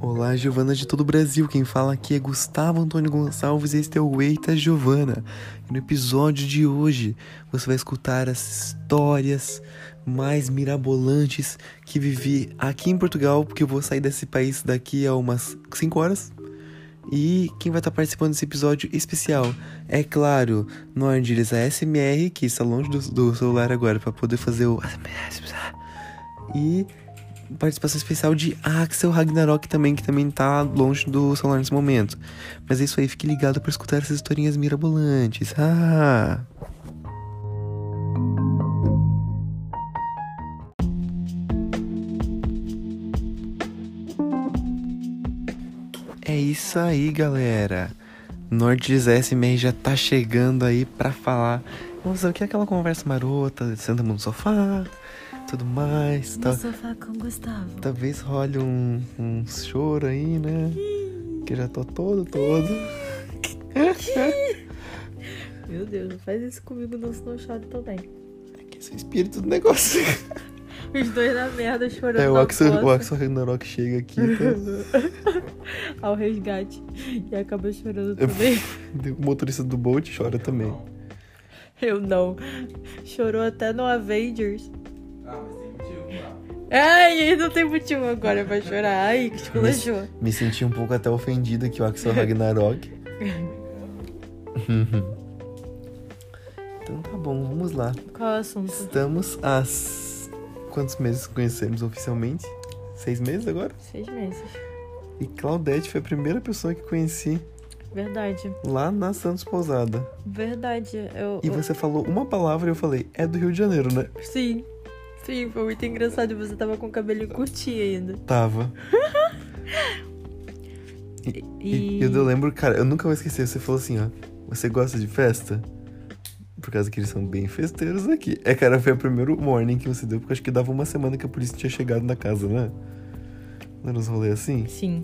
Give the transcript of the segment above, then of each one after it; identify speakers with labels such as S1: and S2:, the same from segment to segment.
S1: Olá, Giovana de todo o Brasil. Quem fala aqui é Gustavo Antônio Gonçalves e este é o Eita Giovana. E no episódio de hoje você vai escutar as histórias mais mirabolantes que vivi aqui em Portugal, porque eu vou sair desse país daqui a umas 5 horas. E quem vai estar participando desse episódio especial é, claro, Nordiris ASMR, que está longe do, do celular agora para poder fazer o ASMR. E participação especial de Axel Ragnarok também, que também tá longe do celular nesse momento. Mas é isso aí, fique ligado para escutar essas historinhas mirabolantes. Ah! É isso aí, galera. Nordes SMR já tá chegando aí pra falar. Nossa, o que é aquela conversa marota? Sentamos no sofá, tudo mais.
S2: No
S1: Tá,
S2: sofá com o Gustavo.
S1: Talvez role um, um choro aí, né? Que eu já tô todo, todo.
S2: Meu Deus, não faz isso comigo não, senão eu choro também.
S1: Que esse é o espírito do negócio.
S2: Os dois na merda chorando.
S1: É, o
S2: na
S1: Axel, o
S2: fossa
S1: Axel Ragnarok chega aqui, tá?
S2: Ao resgate. E acaba chorando também.
S1: o motorista do Bolt chora também.
S2: Eu não. Chorou até no Avengers.
S3: Ah, mas tem motivo, tá?
S2: Ai, não tem motivo agora pra chorar. Ai, que esculachou.
S1: Me senti um pouco até ofendido aqui, o Axel Ragnarok. então tá bom, vamos lá.
S2: Qual é o assunto?
S1: Estamos há s- quantos meses conhecemos oficialmente? Seis meses agora?
S2: Seis meses.
S1: E Claudete foi a primeira pessoa que conheci
S2: Verdade.
S1: lá na Santos Pousada.
S2: Verdade. Eu,
S1: E você falou uma palavra e eu falei, é do Rio de Janeiro, né?
S2: eu- Sim. Sim, foi muito engraçado. Você tava com o cabelo curtinho ainda.
S1: Tava. E,
S2: E,
S1: eu lembro, cara, eu nunca vou esquecer. Você falou assim, ó. Você gosta de festa? Por causa que eles são bem festeiros aqui. É, cara, foi o primeiro warning que você deu, porque acho que dava uma semana que a polícia tinha chegado na casa, né? Não era uns rolês assim?
S2: Sim.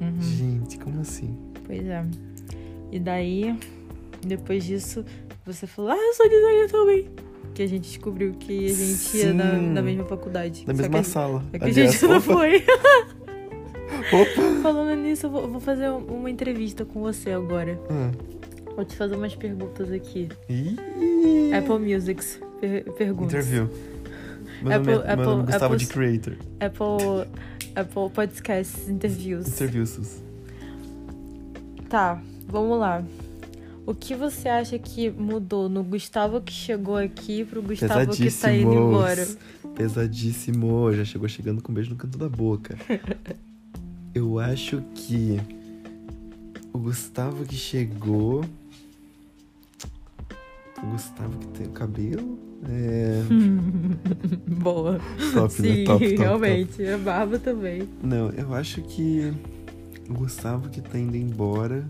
S2: Uhum.
S1: Gente, como assim?
S2: Pois é. E daí, depois disso, você falou, ah, eu sou designer também. Que a gente descobriu que a gente ia na,
S1: Sim.
S2: na mesma faculdade.
S1: Na
S2: Só
S1: mesma
S2: que,
S1: sala.
S2: só que a
S1: Aliás,
S2: gente não
S1: opa,
S2: foi.
S1: opa.
S2: Falando nisso, eu vou, eu vou fazer um- uma entrevista com você agora.
S1: Ah.
S2: Vou te fazer umas perguntas aqui.
S1: Ih,
S2: Apple Music, per perguntas.
S1: interview. Meu nome, é,
S2: Apple-
S1: meu nome é
S2: Apple-
S1: Gustavo de
S2: Apple's-
S1: Creator.
S2: Apple, Apple Podcasts, interviews.
S1: Interviews.
S2: Tá, vamos lá. O que você acha que mudou no Gustavo que chegou aqui pro Gustavo que tá indo embora?
S1: Pesadíssimo. Já chegou chegando com um beijo no canto da boca. Eu acho que o Gustavo que chegou. O Gustavo que tem o cabelo. É.
S2: Boa.
S1: Top, né?
S2: Sim,
S1: Top, top,
S2: realmente. A barba também.
S1: top. Não, eu acho que o Gustavo que tá indo embora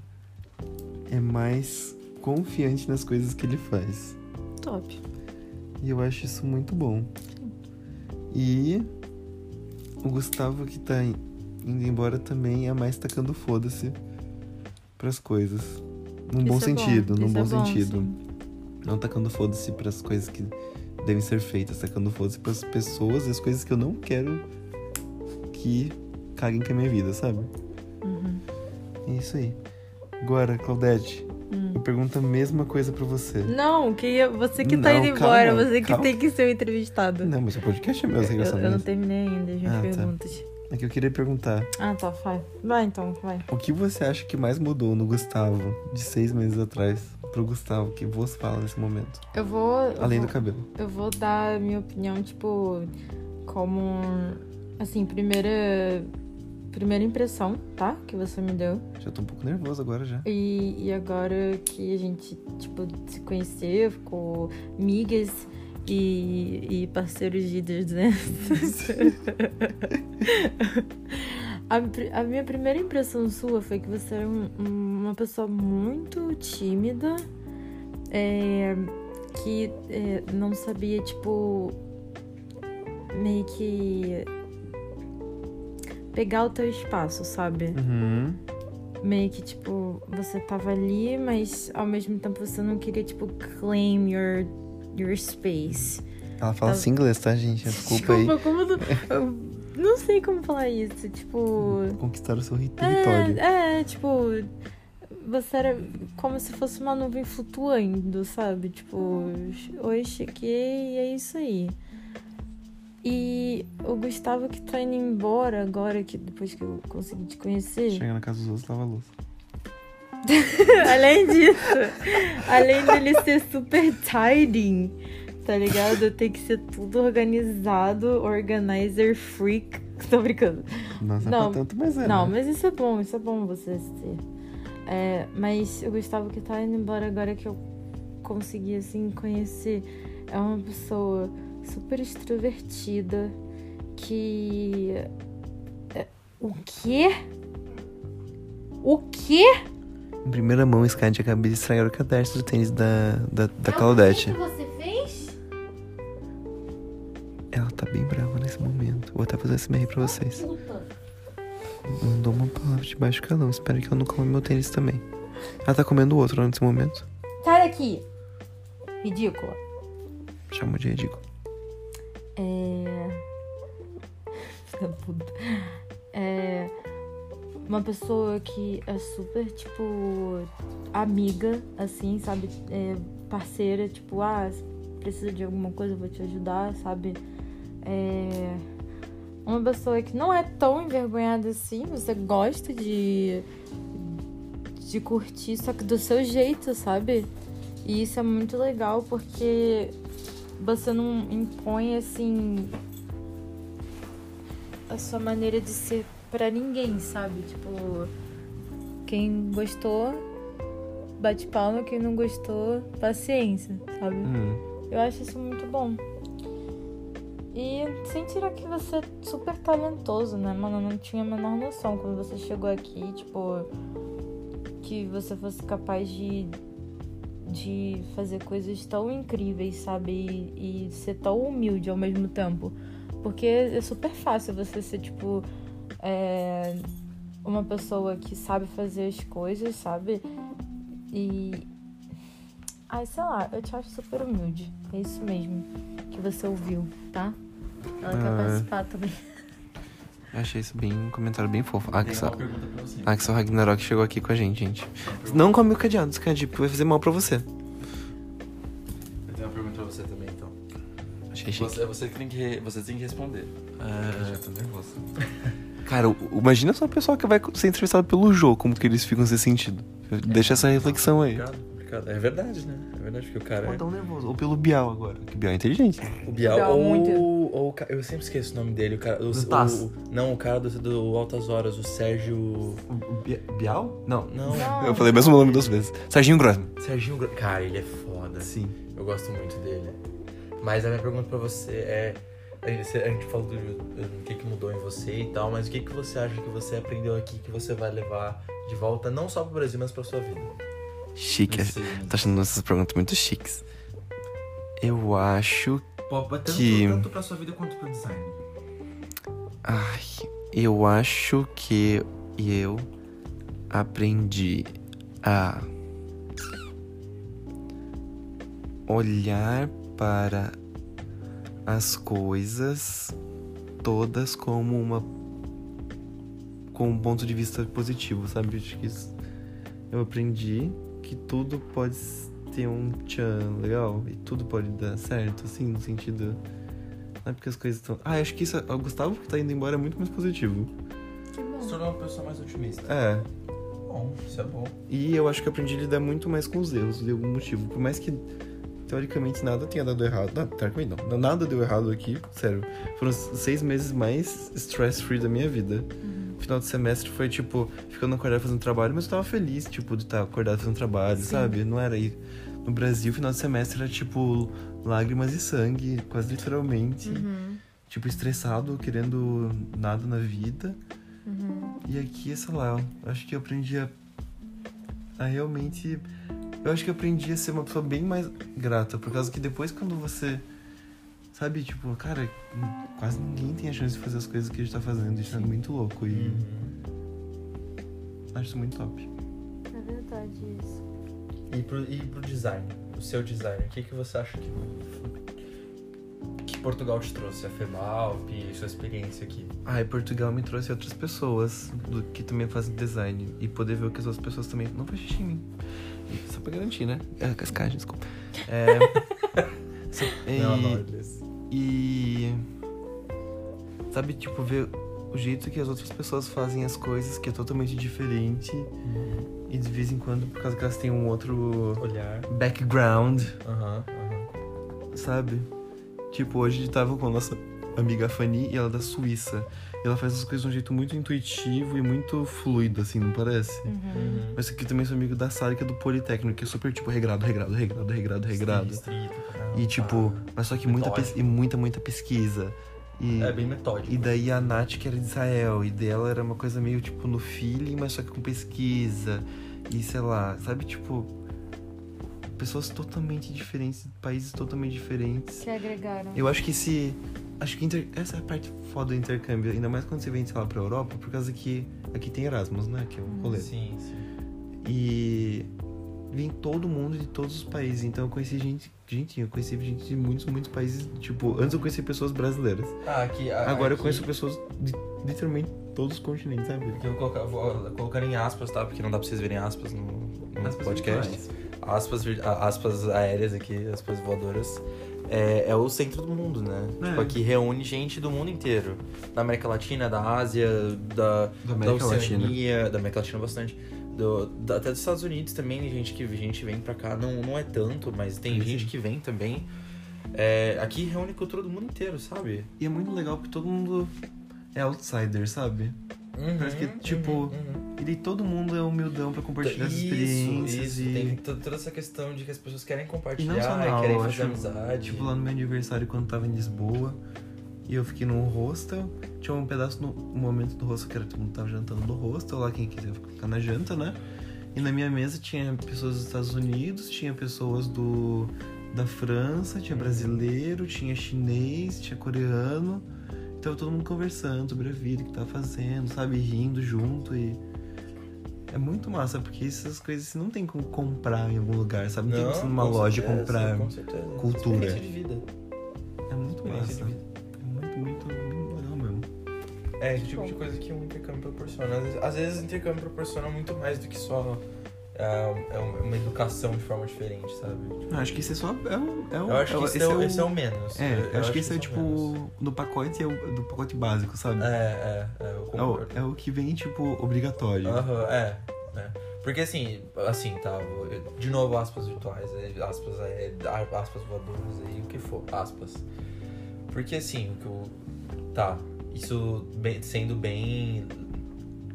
S1: é mais confiante nas coisas que ele faz.
S2: Top.
S1: E eu acho isso muito bom. E o Gustavo que tá in- indo embora também é mais tacando foda-se pras coisas. Num bom
S2: é
S1: sentido, num bom, sentido. Não tacando foda-se pras coisas que devem ser feitas, tacando foda-se pras pessoas e as coisas que eu não quero que caguem com a minha vida, sabe? É isso aí. Agora, Claudete, eu pergunto a mesma coisa pra você.
S2: Não, que eu- você que tá
S1: Não,
S2: indo
S1: calma,
S2: embora, você que
S1: calma.
S2: tem que ser o entrevistado.
S1: Não, mas o podcast é meu,
S2: eu,
S1: você quer
S2: eu
S1: saber?
S2: não terminei ainda as minhas
S1: Ah, tá.
S2: perguntas.
S1: É que eu queria perguntar.
S2: Ah, tá, vai. Vai então, vai.
S1: O que você acha que mais mudou no Gustavo de seis meses atrás pro Gustavo que vos fala nesse momento?
S2: Eu vou. eu
S1: Além
S2: vou-
S1: do cabelo.
S2: Eu vou dar a minha opinião, tipo, como. Assim, primeira. Primeira impressão, tá? Que você me deu.
S1: Já tô um pouco nervoso agora já.
S2: E, e agora que a gente, tipo, se conheceu, ficou migas e, e parceiros de Deus, né? a, pri- a minha primeira impressão sua foi que você era um- um- uma pessoa muito tímida, é, que é, não sabia, tipo, meio que pegar o teu espaço, sabe?
S1: Uhum.
S2: meio que, tipo, você tava ali, mas ao mesmo tempo você não queria, tipo, claim your, your space.
S1: Ela fala
S2: Tá-
S1: assim em inglês, tá, gente? Desculpa, aí.
S2: como tu... eu- Não sei como falar isso. Tipo.
S1: Conquistar o seu ri- território.
S2: É, é, tipo. Você era como se fosse uma nuvem flutuando, sabe? Tipo, oi, cheguei e é isso aí. E o Gustavo que tá indo embora agora, que depois que eu consegui te conhecer.
S1: Chega na casa dos outros, lava a louça.
S2: Além disso, além dele ser super tidy, tá ligado? Tem que ser tudo organizado, organizer freak. Tô brincando.
S1: Nossa,
S2: Não,
S1: não, é pra tanto, mas é.
S2: Não,
S1: né?
S2: mas isso é bom, isso é bom você ser. É, mas o Gustavo que tá indo embora agora que eu consegui, assim, conhecer, é uma pessoa super extrovertida que. é, O quê? O quê?
S1: Em primeira mão, Skynet acabei de estragar o cadastro do tênis da, da, da
S2: Ah,
S1: Claudete.
S4: O que você fez?
S1: Ela tá bem brava nesse momento. Vou até fazer SMR pra vocês.
S4: Puta.
S1: Mandou uma palavra de baixo calão. Espero que eu não come meu tênis também. Ela tá comendo o outro né, nesse momento.
S4: Sai daqui. Ridícula.
S1: Chamou de ridículo.
S2: É. Filha da puta. É uma pessoa que é super, tipo, amiga, assim, sabe? É, parceira, tipo, ah, se precisa de alguma coisa, eu vou te ajudar, sabe? É uma pessoa que não é tão envergonhada assim, você gosta de, de curtir, só que do seu jeito, sabe? E isso é muito legal porque você não impõe assim a sua maneira de ser pra ninguém, sabe? Tipo, quem gostou, bate palma, quem não gostou, paciência, sabe?
S1: Hum,
S2: Eu acho isso muito bom. E sem tirar que você é super talentoso, né, mano? Eu não tinha a menor noção quando você chegou aqui, tipo, que você fosse capaz de, de fazer coisas tão incríveis, sabe? E, e ser tão humilde ao mesmo tempo. Porque é super fácil você ser, tipo, é, uma pessoa que sabe fazer as coisas, sabe? E, Ai, sei lá, eu te acho super humilde. É isso mesmo que você ouviu, tá? Ela
S1: Ah.
S2: quer participar também.
S1: Eu achei isso bem um comentário bem fofo.
S3: Tem
S1: Axel,
S3: uma pergunta pra você.
S1: Axel Ragnarok chegou aqui com a gente, gente. Não come o cadeado, Skynet, porque vai fazer mal pra você.
S3: Eu tenho uma pergunta pra você também, então.
S1: Achei chique. Ah.
S3: Você, é você que tem que, re- você tem que responder. Eu já tô nervoso.
S1: Cara, o- imagina só o pessoal que vai ser entrevistado pelo jogo, como que eles ficam sem sentido. Deixa essa reflexão aí.
S5: Complicado, complicado. É verdade, né? É verdade que o cara
S1: Ou
S5: é.
S1: tão nervoso. Ou pelo Bial agora. Que Bial é inteligente.
S5: O Bial
S2: Bial,
S5: ou,
S2: muito.
S5: ou o ca- Eu sempre esqueço o nome dele. O cara, o,
S1: Do Taz.
S5: o- não, o cara do, do Altas Horas, o Sérgio.
S1: Bial? Não.
S5: Não,
S2: Não.
S1: Eu falei o mesmo nome duas vezes. Serginho Grossman.
S5: Serginho. Gro- Cara, ele é foda.
S1: Sim.
S5: Eu gosto muito dele. Mas a minha pergunta pra você é. A gente a gente falou do do que, que mudou em você e tal, mas o que, que você acha que você aprendeu aqui que você vai levar de volta, não só pro Brasil, mas pra sua vida?
S1: Chique.
S3: Não sei, né?
S1: Tô achando essas perguntas muito chiques. Eu acho.
S3: Pô, tanto,
S1: Que-
S3: tanto pra sua vida quanto pro design.
S1: Ai. Eu acho que eu aprendi a olhar para as coisas todas como uma com um ponto de vista positivo, sabe? Acho que isso- eu aprendi que tudo pode ter um tchan legal e tudo pode dar certo, assim, no sentido. Não é porque as coisas estão. Ah, eu acho que isso. O Gustavo que tá indo embora é muito mais positivo.
S2: Que
S3: Se tornou uma pessoa mais otimista.
S1: É.
S6: Tá
S3: Bom, isso é bom.
S1: E eu acho que eu aprendi a lidar muito mais com os erros, de algum motivo. Por mais que, teoricamente, nada tenha dado errado. Não, teoricamente não. Nada deu errado aqui, sério. Foram os seis meses mais stress-free da minha vida. Final de semestre foi, tipo, ficando acordado fazendo trabalho, mas eu tava feliz, tipo, de estar acordado fazendo trabalho, sabe? Não era aí. No Brasil, final de semestre era, tipo, lágrimas e sangue, quase literalmente.
S2: Uhum.
S1: Tipo, estressado, querendo nada na vida. E aqui, é, sei lá, eu acho que eu aprendi a a realmente. Eu acho que eu aprendi a ser uma pessoa bem mais grata, por causa que depois quando você. Sabe, tipo, cara, quase ninguém tem a chance de fazer as coisas que a gente tá fazendo, a gente tá muito louco e acho isso muito top.
S2: É verdade isso.
S5: E pro, e pro design, o seu design, o que, que você acha que, que
S6: Portugal te trouxe? A FEBALP e sua experiência aqui?
S1: Ah, e Portugal me trouxe outras pessoas do que também fazem design. E poder ver o que as outras pessoas também. Não faz xixi em mim. Só pra garantir, né? Ah, cascagem, desculpa. É. só- e-
S6: Não, não, Elias.
S1: E. Sabe, tipo, ver o jeito que as outras pessoas fazem as coisas, que é totalmente diferente.
S6: Uhum.
S1: E de vez em quando, por causa que elas têm um outro
S6: Olhar.
S1: background,
S6: Aham, aham.
S1: sabe? Tipo, hoje tava com a nossa amiga Fanny e ela é da Suíça. E ela faz as coisas de um jeito muito intuitivo e muito fluido, assim, não parece?
S6: Uhum.
S1: Mas aqui também sou amigo da Sara, que é do Politécnico, que é super, tipo, regrado, regrado, regrado, regrado, regrado.
S6: Estrito, caramba.
S1: E, tipo, mas só que muita,
S6: Metódico.
S1: pes- e muita, muita pesquisa. E...
S6: É bem metódico.
S1: E daí a Nath, que era de Israel, e dela era uma coisa meio tipo no feeling, mas só que com pesquisa. E sei lá, sabe? Tipo, pessoas totalmente diferentes, países totalmente diferentes.
S2: Que agregaram.
S1: Eu acho que esse. Acho que inter- essa é a parte foda do intercâmbio, ainda mais quando você vem, sei lá, pra Europa, por causa que aqui tem Erasmus, né? Que é
S6: Uhum.
S1: um rolê.
S6: Sim, sim.
S1: E vem todo mundo de todos os países. Então eu conheci gente. Gente, eu conheci gente de muitos, muitos países. Tipo, antes eu conheci pessoas brasileiras.
S6: Ah, aqui, a-
S1: Agora eu
S6: aqui-
S1: conheço pessoas de literalmente todos os continentes, sabe?
S6: Aqui eu vou colocar, vou colocar em aspas, tá? Porque não dá pra vocês verem aspas no, no podcast. Aspas, vir- a- aspas aéreas aqui, aspas voadoras. É, é o centro do mundo, né?
S1: É.
S6: Tipo, aqui reúne gente do mundo inteiro. Da América Latina, da Ásia, da,
S1: Da
S6: da Oceania, da América Latina bastante. Do- da- até dos Estados Unidos também tem gente que gente vem pra cá. Não, não é tanto, mas tem
S1: Sim,
S6: gente
S1: sim.
S6: que vem também. É, aqui reúne cultura do mundo inteiro, sabe?
S1: E é muito legal porque todo mundo é outsider, sabe? Parece que,
S6: Uhum,
S1: tipo,
S6: uhum, uhum.
S1: E daí todo mundo é humildão pra compartilhar as
S6: Isso,
S1: experiências
S6: isso,
S1: e.
S6: Tem to- toda essa questão de que as pessoas querem
S1: E
S6: compartilhar,
S1: não só na
S6: querem
S1: aula, acho,
S6: fazer amizade.
S1: Tipo, lá no meu aniversário, quando eu tava em Lisboa, e eu fiquei num hostel, tinha um pedaço, no um momento do hostel que era todo mundo tava jantando no hostel, lá quem quiser ficar na janta, né? E na minha mesa tinha pessoas dos Estados Unidos, tinha pessoas do da França, tinha brasileiro, tinha chinês, tinha coreano. Tava todo mundo conversando sobre a vida, o que tava fazendo, sabe? Rindo junto e... É muito massa, porque essas coisas você não tem como comprar em algum lugar, sabe? Não, tem como você ir numa
S6: com
S1: loja
S6: certeza,
S1: comprar.
S6: com certeza.
S1: cultura.
S6: Experiência de vida.
S1: É muito massa.
S6: Experiência de vida.
S1: É muito, muito, muito legal mesmo.
S6: É, esse tipo de coisa que um intercâmbio proporciona. Às vezes, às vezes o intercâmbio proporciona muito mais do que só é, é uma uma educação de forma diferente, sabe?
S1: Eu acho que esse é só. É o, é o,
S6: Eu acho que esse, é, o, esse é o menos.
S1: É,
S6: Eu- eu
S1: eu acho que esse é
S6: o menos.
S1: tipo. Do pacote, é o, do pacote básico, sabe?
S6: É, é, é, eu
S1: É o,
S6: concordo.
S1: é o que vem, tipo, obrigatório.
S6: Aham, é, é. Porque assim, assim, tá, eu- de novo aspas virtuais, é, aspas, é, a- aspas voadoras aí, o que for, aspas. Porque assim, o que eu, tá, isso bem- sendo bem,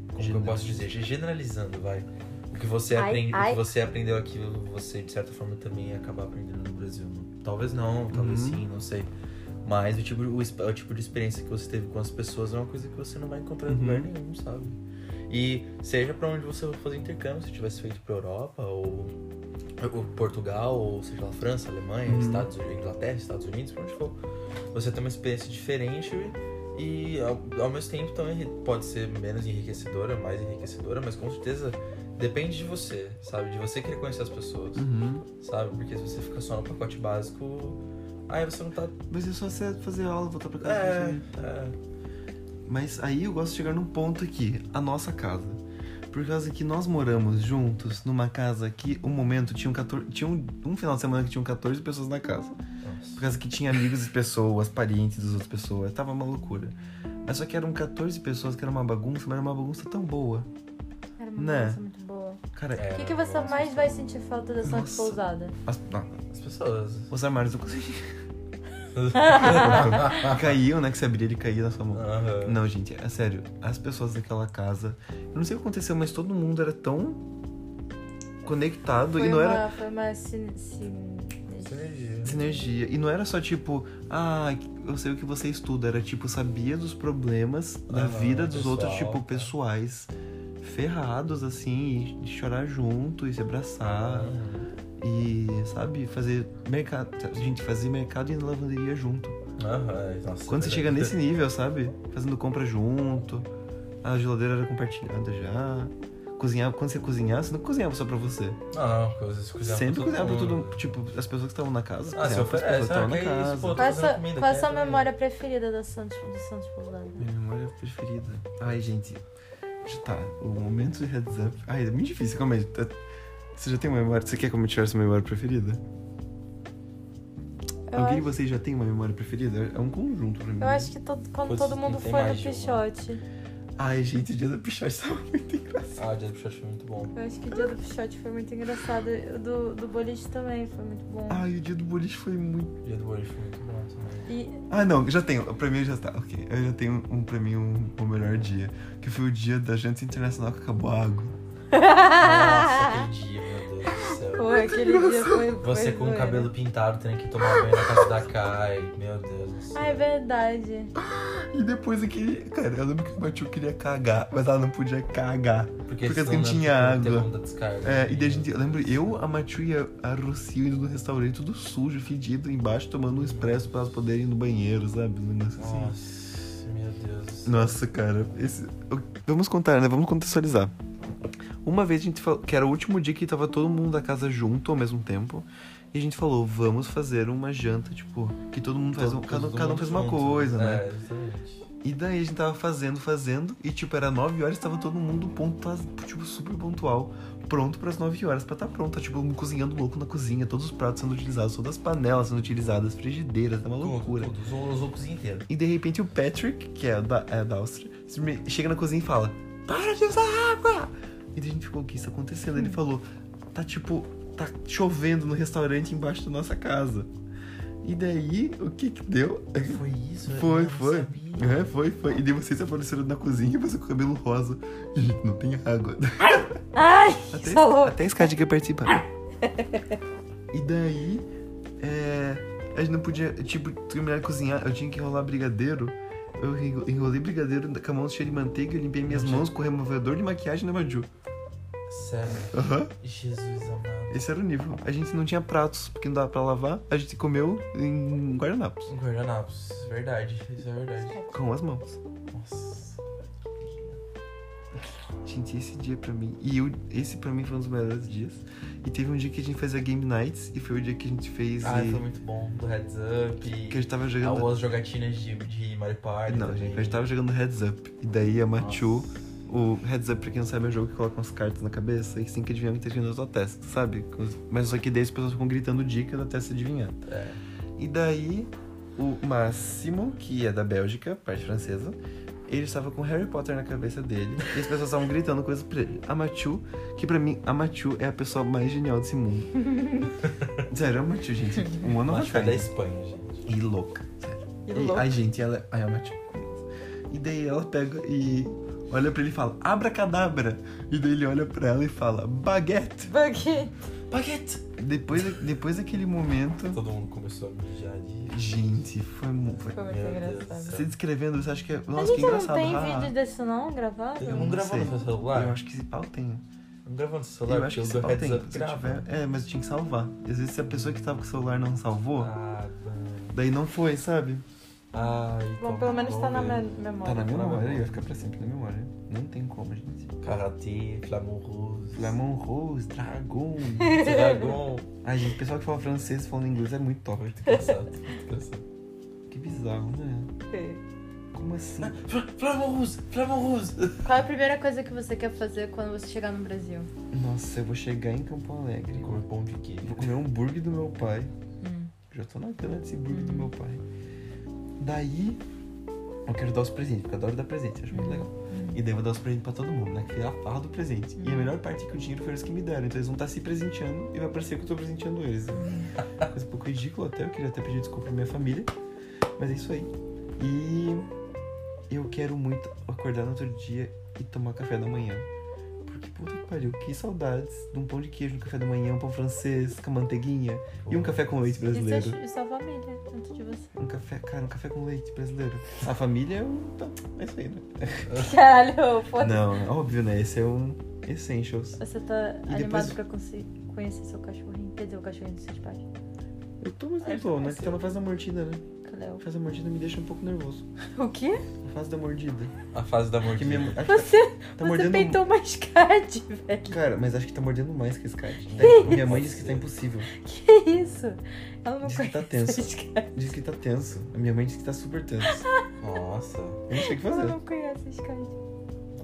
S6: como que eu posso dizer, Ge- generalizando, vai. O que você,
S2: Ai,
S6: aprende, O
S2: ai.
S6: que você aprendeu aqui, você de certa forma também ia acabar aprendendo no Brasil. né? Talvez não, talvez
S1: Uhum.
S6: sim, não sei. Mas o tipo, o, esp- o tipo de experiência que você teve com as pessoas é uma coisa que você não vai encontrar em
S1: Uhum.
S6: lugar nenhum, sabe? E seja pra onde você for fazer intercâmbio, se tivesse feito pra Europa ou, ou Portugal, ou seja lá França, Alemanha,
S1: Uhum.
S6: Estados Unidos, Inglaterra, Estados Unidos, pra onde for, você tem uma experiência diferente e ao, ao mesmo tempo também pode ser menos enriquecedora, mais enriquecedora, mas com certeza depende de você, sabe? De você querer conhecer as pessoas,
S1: Uhum.
S6: sabe? Porque se você fica só no pacote básico, aí você não tá.
S1: Mas é só você fazer aula, voltar pra casa.
S6: É,
S1: fazer-
S6: é.
S1: Mas aí eu gosto de chegar num ponto aqui, a nossa casa. Por causa que nós moramos juntos numa casa que, um momento, tinham 14. Tinha um, um final de semana que tinham 14 pessoas na casa. Por
S6: Nossa.
S1: causa que tinha amigos de pessoas, parentes das outras pessoas. Tava uma loucura. Mas só que eram 14 pessoas, que era uma bagunça, mas era uma bagunça tão boa.
S2: Era
S1: Né?
S2: uma coisa muito boa.
S1: Cara,
S6: É,
S2: O que, que você
S6: nossa,
S2: mais vai sentir falta dessa
S1: Nossa.
S2: pousada?
S1: as- não,
S6: As pessoas.
S1: os armários não consegui. Caiu, né? Que você abria, ele caía na sua mão.
S6: Aham.
S1: Não, gente, é sério. As pessoas daquela casa. Eu não sei o que aconteceu, mas todo mundo era tão conectado
S2: Foi
S1: e não
S2: uma,
S1: era
S2: Foi uma sin- sin-
S6: Sinergia.
S1: sinergia. E não era só tipo, ah, eu sei o que você estuda. Era tipo, sabia dos problemas da
S6: Aham,
S1: vida dos outros,
S6: pessoal,
S1: tipo,
S6: tá.
S1: pessoais. Ferrados, assim, e chorar junto e se abraçar.
S6: Ah.
S1: E, sabe, fazer mercado. A gente fazia mercado e lavanderia junto.
S6: Aham, é, nossa,
S1: Quando você
S6: verdade.
S1: chega nesse nível, sabe? Fazendo compra junto, a geladeira era compartilhada já. cozinhava, quando você cozinhava, você não cozinhava só pra você.
S6: Não, porque às vezes cozinhava
S1: Sempre
S6: pra
S1: cozinhava pra
S6: todo
S1: todo
S6: mundo.
S1: mundo. Tipo, as pessoas que estavam na casa.
S6: Ah, se
S1: cozinhavam pras
S6: oferece. Ah,
S1: pessoas que
S6: que
S1: estavam na
S6: isso,
S1: casa.
S6: pô, tô
S2: Qual é a
S6: fazendo
S2: sua,
S6: comida.
S2: qual é a
S6: quer
S2: sua
S1: né?
S6: também?
S2: memória preferida do Santos, do Santos Poblado?
S1: Minha memória é preferida. Ai, gente. já Tá, o momento de heads up. Ai, é muito difícil, calma aí. tá- Você já tem uma memória? Você quer que eu me tivesse uma memória preferida?
S2: Eu
S1: Alguém de
S2: acho-
S1: vocês já tem É uma memória preferida? É um conjunto pra mim.
S2: Eu acho que todo- quando
S6: Putz,
S2: todo
S6: não
S2: mundo
S6: tem
S2: foi no
S6: mais tipo, de uma.
S2: Pichote.
S1: Ai, gente, o dia tá da pichote estava muito engraçado.
S6: Ah, o dia do Pichote foi muito bom.
S2: Eu acho que o dia do Pichote foi muito engraçado. O do, do boliche também foi muito bom.
S1: Ai, o dia do boliche foi muito.
S6: O dia do Boris foi muito bom também.
S2: E
S1: Ah, não, já tenho. Pra mim já tá. Ok. Eu já tenho um, pra mim um, o melhor dia. Que foi o dia da janta internacional que acabou a água.
S6: Nossa, aquele dia, meu Deus do céu.
S2: pô, aquele dia foi.
S6: Você
S2: foi
S6: com o
S2: zoeira.
S6: cabelo pintado, tendo que tomar banho na casa da Kai. Meu Deus do céu.
S2: Ah, é verdade.
S1: E depois aquele. Cara, eu lembro que o meu tio queria cagar, mas ela não podia cagar. porque
S6: senão
S1: não
S6: dá
S1: tinha
S6: pra ter
S1: água.
S6: onda descarga.
S1: É, e daí a gente,
S6: Meu
S1: eu lembro,
S6: Deus.
S1: eu, a Matiu e a, a Rocio indo no restaurante, tudo sujo, fedido, embaixo, tomando um expresso pra elas poderem ir no banheiro, sabe? Um negócio assim.
S6: Nossa, meu Deus. do céu.
S1: Nossa, cara. esse- eu- Vamos contar, né? Vamos contextualizar. Uma vez a gente falou que era o último dia que tava todo mundo da casa junto ao mesmo tempo. E a gente falou, vamos fazer uma janta, tipo, que todo mundo faz, um,
S6: Todo-
S1: cada,
S6: todo
S1: cada um
S6: mundo
S1: fez uma
S6: junto.
S1: coisa, né?
S6: É, exatamente.
S1: E daí a gente tava fazendo, fazendo, e tipo, era 9 horas, tava todo mundo pontua- tipo, super pontual, pronto pras 9 horas pra tá pronto. Tá, tipo, um cozinhando louco na cozinha, todos os pratos sendo utilizados, todas as panelas sendo utilizadas, frigideiras, tá uma loucura.
S6: Tudo, tudo. Usou, usou a cozinha inteira.
S1: E de repente o Patrick, que é da, é da Áustria, se me- chega na cozinha e fala: Para de usar água! E daí a gente ficou: O que está acontecendo? Ele falou: Tá tipo, tá chovendo no restaurante embaixo da nossa casa. E daí, o que que deu?
S6: Foi isso?
S1: Foi,
S6: eu não
S1: foi.
S6: sabia.
S1: É, foi, foi. E daí vocês apareceram na cozinha e você com o cabelo rosa. Gente, não tem água.
S7: Ai,
S2: tá
S1: Até,
S7: falou.
S1: até a Skadi quer participar. e daí, é, a gente não podia, tipo, terminar de cozinhar. Eu tinha que enrolar brigadeiro. Eu enro- enrolei brigadeiro com a mão cheia de manteiga. Eu limpei minhas
S6: Mentira.
S1: mãos com o removedor de maquiagem da Maju.
S6: Sério.
S1: Aham.
S6: Jesus amado.
S1: Esse era o nível. A gente não tinha pratos, porque não dava pra lavar. A gente comeu em guardanapos.
S6: Um guardanapos. Verdade. Isso é verdade.
S1: Com as mãos.
S6: Nossa.
S1: Gente, esse dia pra mim. E eu- esse pra mim foi um dos melhores dias. E teve um dia que a gente fazia Game Nights. E foi o dia que a gente fez.
S6: Ah,
S1: e-
S6: foi muito bom. Do heads up.
S1: Que a gente tava
S6: Ah,
S1: jogando.
S6: ou as jogatinas de, de Mario Party.
S1: Não,
S6: também.
S1: gente, a gente tá tava jogando Heads Up. E daí a Machu. O Heads Up, pra quem não sabe, é um jogo que coloca umas cartas na cabeça. E você tem que adivinhar o que tá escrito na sua testa, sabe? Mas só que daí as pessoas ficam gritando dicas até se adivinhar.
S6: É.
S1: E daí, o Máximo, que é da Bélgica, parte francesa, ele estava com Harry Potter na cabeça dele. E as pessoas estavam gritando coisas pra ele. A Machu, que pra mim, a Machu é a pessoa mais genial desse mundo. Sério, a Machu, gente. Um ano
S6: Acho que foi da
S1: atrás.
S6: Espanha, gente.
S1: E louca, sério.
S7: E louca.
S1: Ai, gente, ela. Ai, a Machu. E daí ela pega e olha pra ele e fala, abra cadabra. E daí ele olha pra ela e fala, baguete.
S7: Porque
S6: Baguete!
S1: Depois, depois daquele momento.
S6: Todo mundo começou a mijar de.
S1: Gente, foi, mu- foi
S7: foi muito
S6: Meu Deus.
S7: engraçado.
S1: Você descrevendo, você acha que é.
S2: A
S1: Nossa, que
S2: gente não
S1: engraçado.
S2: tem
S1: ah,
S2: vídeo desse não gravado?
S6: Eu
S1: não
S6: não gravou
S1: sei.
S6: no seu celular?
S1: Eu acho que esse pau tem.
S6: Não gravou no seu celular?
S1: Eu acho que
S6: porque
S1: esse
S6: o do
S1: pau tem.
S6: heads
S1: Se
S6: up
S1: eu
S6: grava.
S1: tiver. É, mas eu tinha que salvar. Às vezes se a pessoa que tava com o celular não salvou,
S6: Ah, mano.
S1: daí não foi, sabe?
S6: Ai,
S7: Bom,
S6: então,
S7: pelo menos tá na
S6: vamos
S7: me-
S6: ver.
S7: memória.
S6: na memória, vai
S1: ficar pra sempre na memória. Não tem como, gente.
S6: Karatê, Flamouroso.
S1: Flamon Rose, Dragon.
S6: Dragon.
S1: Ai, gente, o pessoal que fala francês falando inglês é muito top.
S6: Muito engraçado, muito engraçado.
S1: Que bizarro, né? Como assim?
S6: Flamouroso, Flamouroso.
S2: Qual é a primeira coisa que você quer fazer quando você chegar no Brasil?
S1: Nossa, eu vou chegar em Campo Alegre.
S6: Comer pão de queijo.
S1: Vou comer um burger do meu pai.
S7: Hum.
S1: Já tô na grana desse burger do meu pai. Daí, eu quero dar os presentes, porque eu adoro dar presente, acho muito legal. E daí eu vou dar os presentes pra todo mundo, né? Que foi a farra do presente. E a melhor parte é que o dinheiro foi eles que me deram, então eles vão estar se presenteando e vai parecer que eu tô presenteando eles. Coisa um pouco ridículo até, eu queria até pedir desculpa pra minha família. Mas é isso aí. E eu quero muito acordar no outro dia e tomar café da manhã. Porque, puta que pariu, que saudades de um pão de queijo no café da manhã, um pão francês com a manteiguinha. E um café com leite
S2: E sua,
S1: brasileiro.
S2: e é sua família, tanto de você.
S1: Um café, cara, um café com leite brasileiro. A família é um. Tá, é isso aí, né?
S2: Caralho, foda
S1: Não, é óbvio, né? Esse é um Essentials.
S2: Você tá
S1: E
S2: animado
S1: depois-
S2: pra consi- conhecer seu cachorrinho? Quer dizer, o cachorrinho dos seus pais?
S1: Eu tô, mas não tô, né? Porque ela faz a mordida, né?
S2: Claro.
S8: Léo.
S1: A fase da mordida me deixa um pouco nervoso.
S2: O quê?
S1: A fase da mordida.
S6: A fase da
S1: Que
S6: mordida.
S1: me... acho que
S2: Você,
S1: tá
S2: você
S1: mordendo...
S2: peitou uma escade, velho.
S1: Cara, mas acho que tá mordendo mais que a Skype. minha mãe disse que tá impossível.
S2: Que isso? Ela não
S1: Diz que tá
S2: conhece
S1: tenso.
S2: a escada.
S1: Diz que tá tenso. A minha mãe disse que tá super tenso.
S6: Nossa.
S1: Eu não sei o que
S2: Ela
S1: fazer.
S2: não conhece a escada.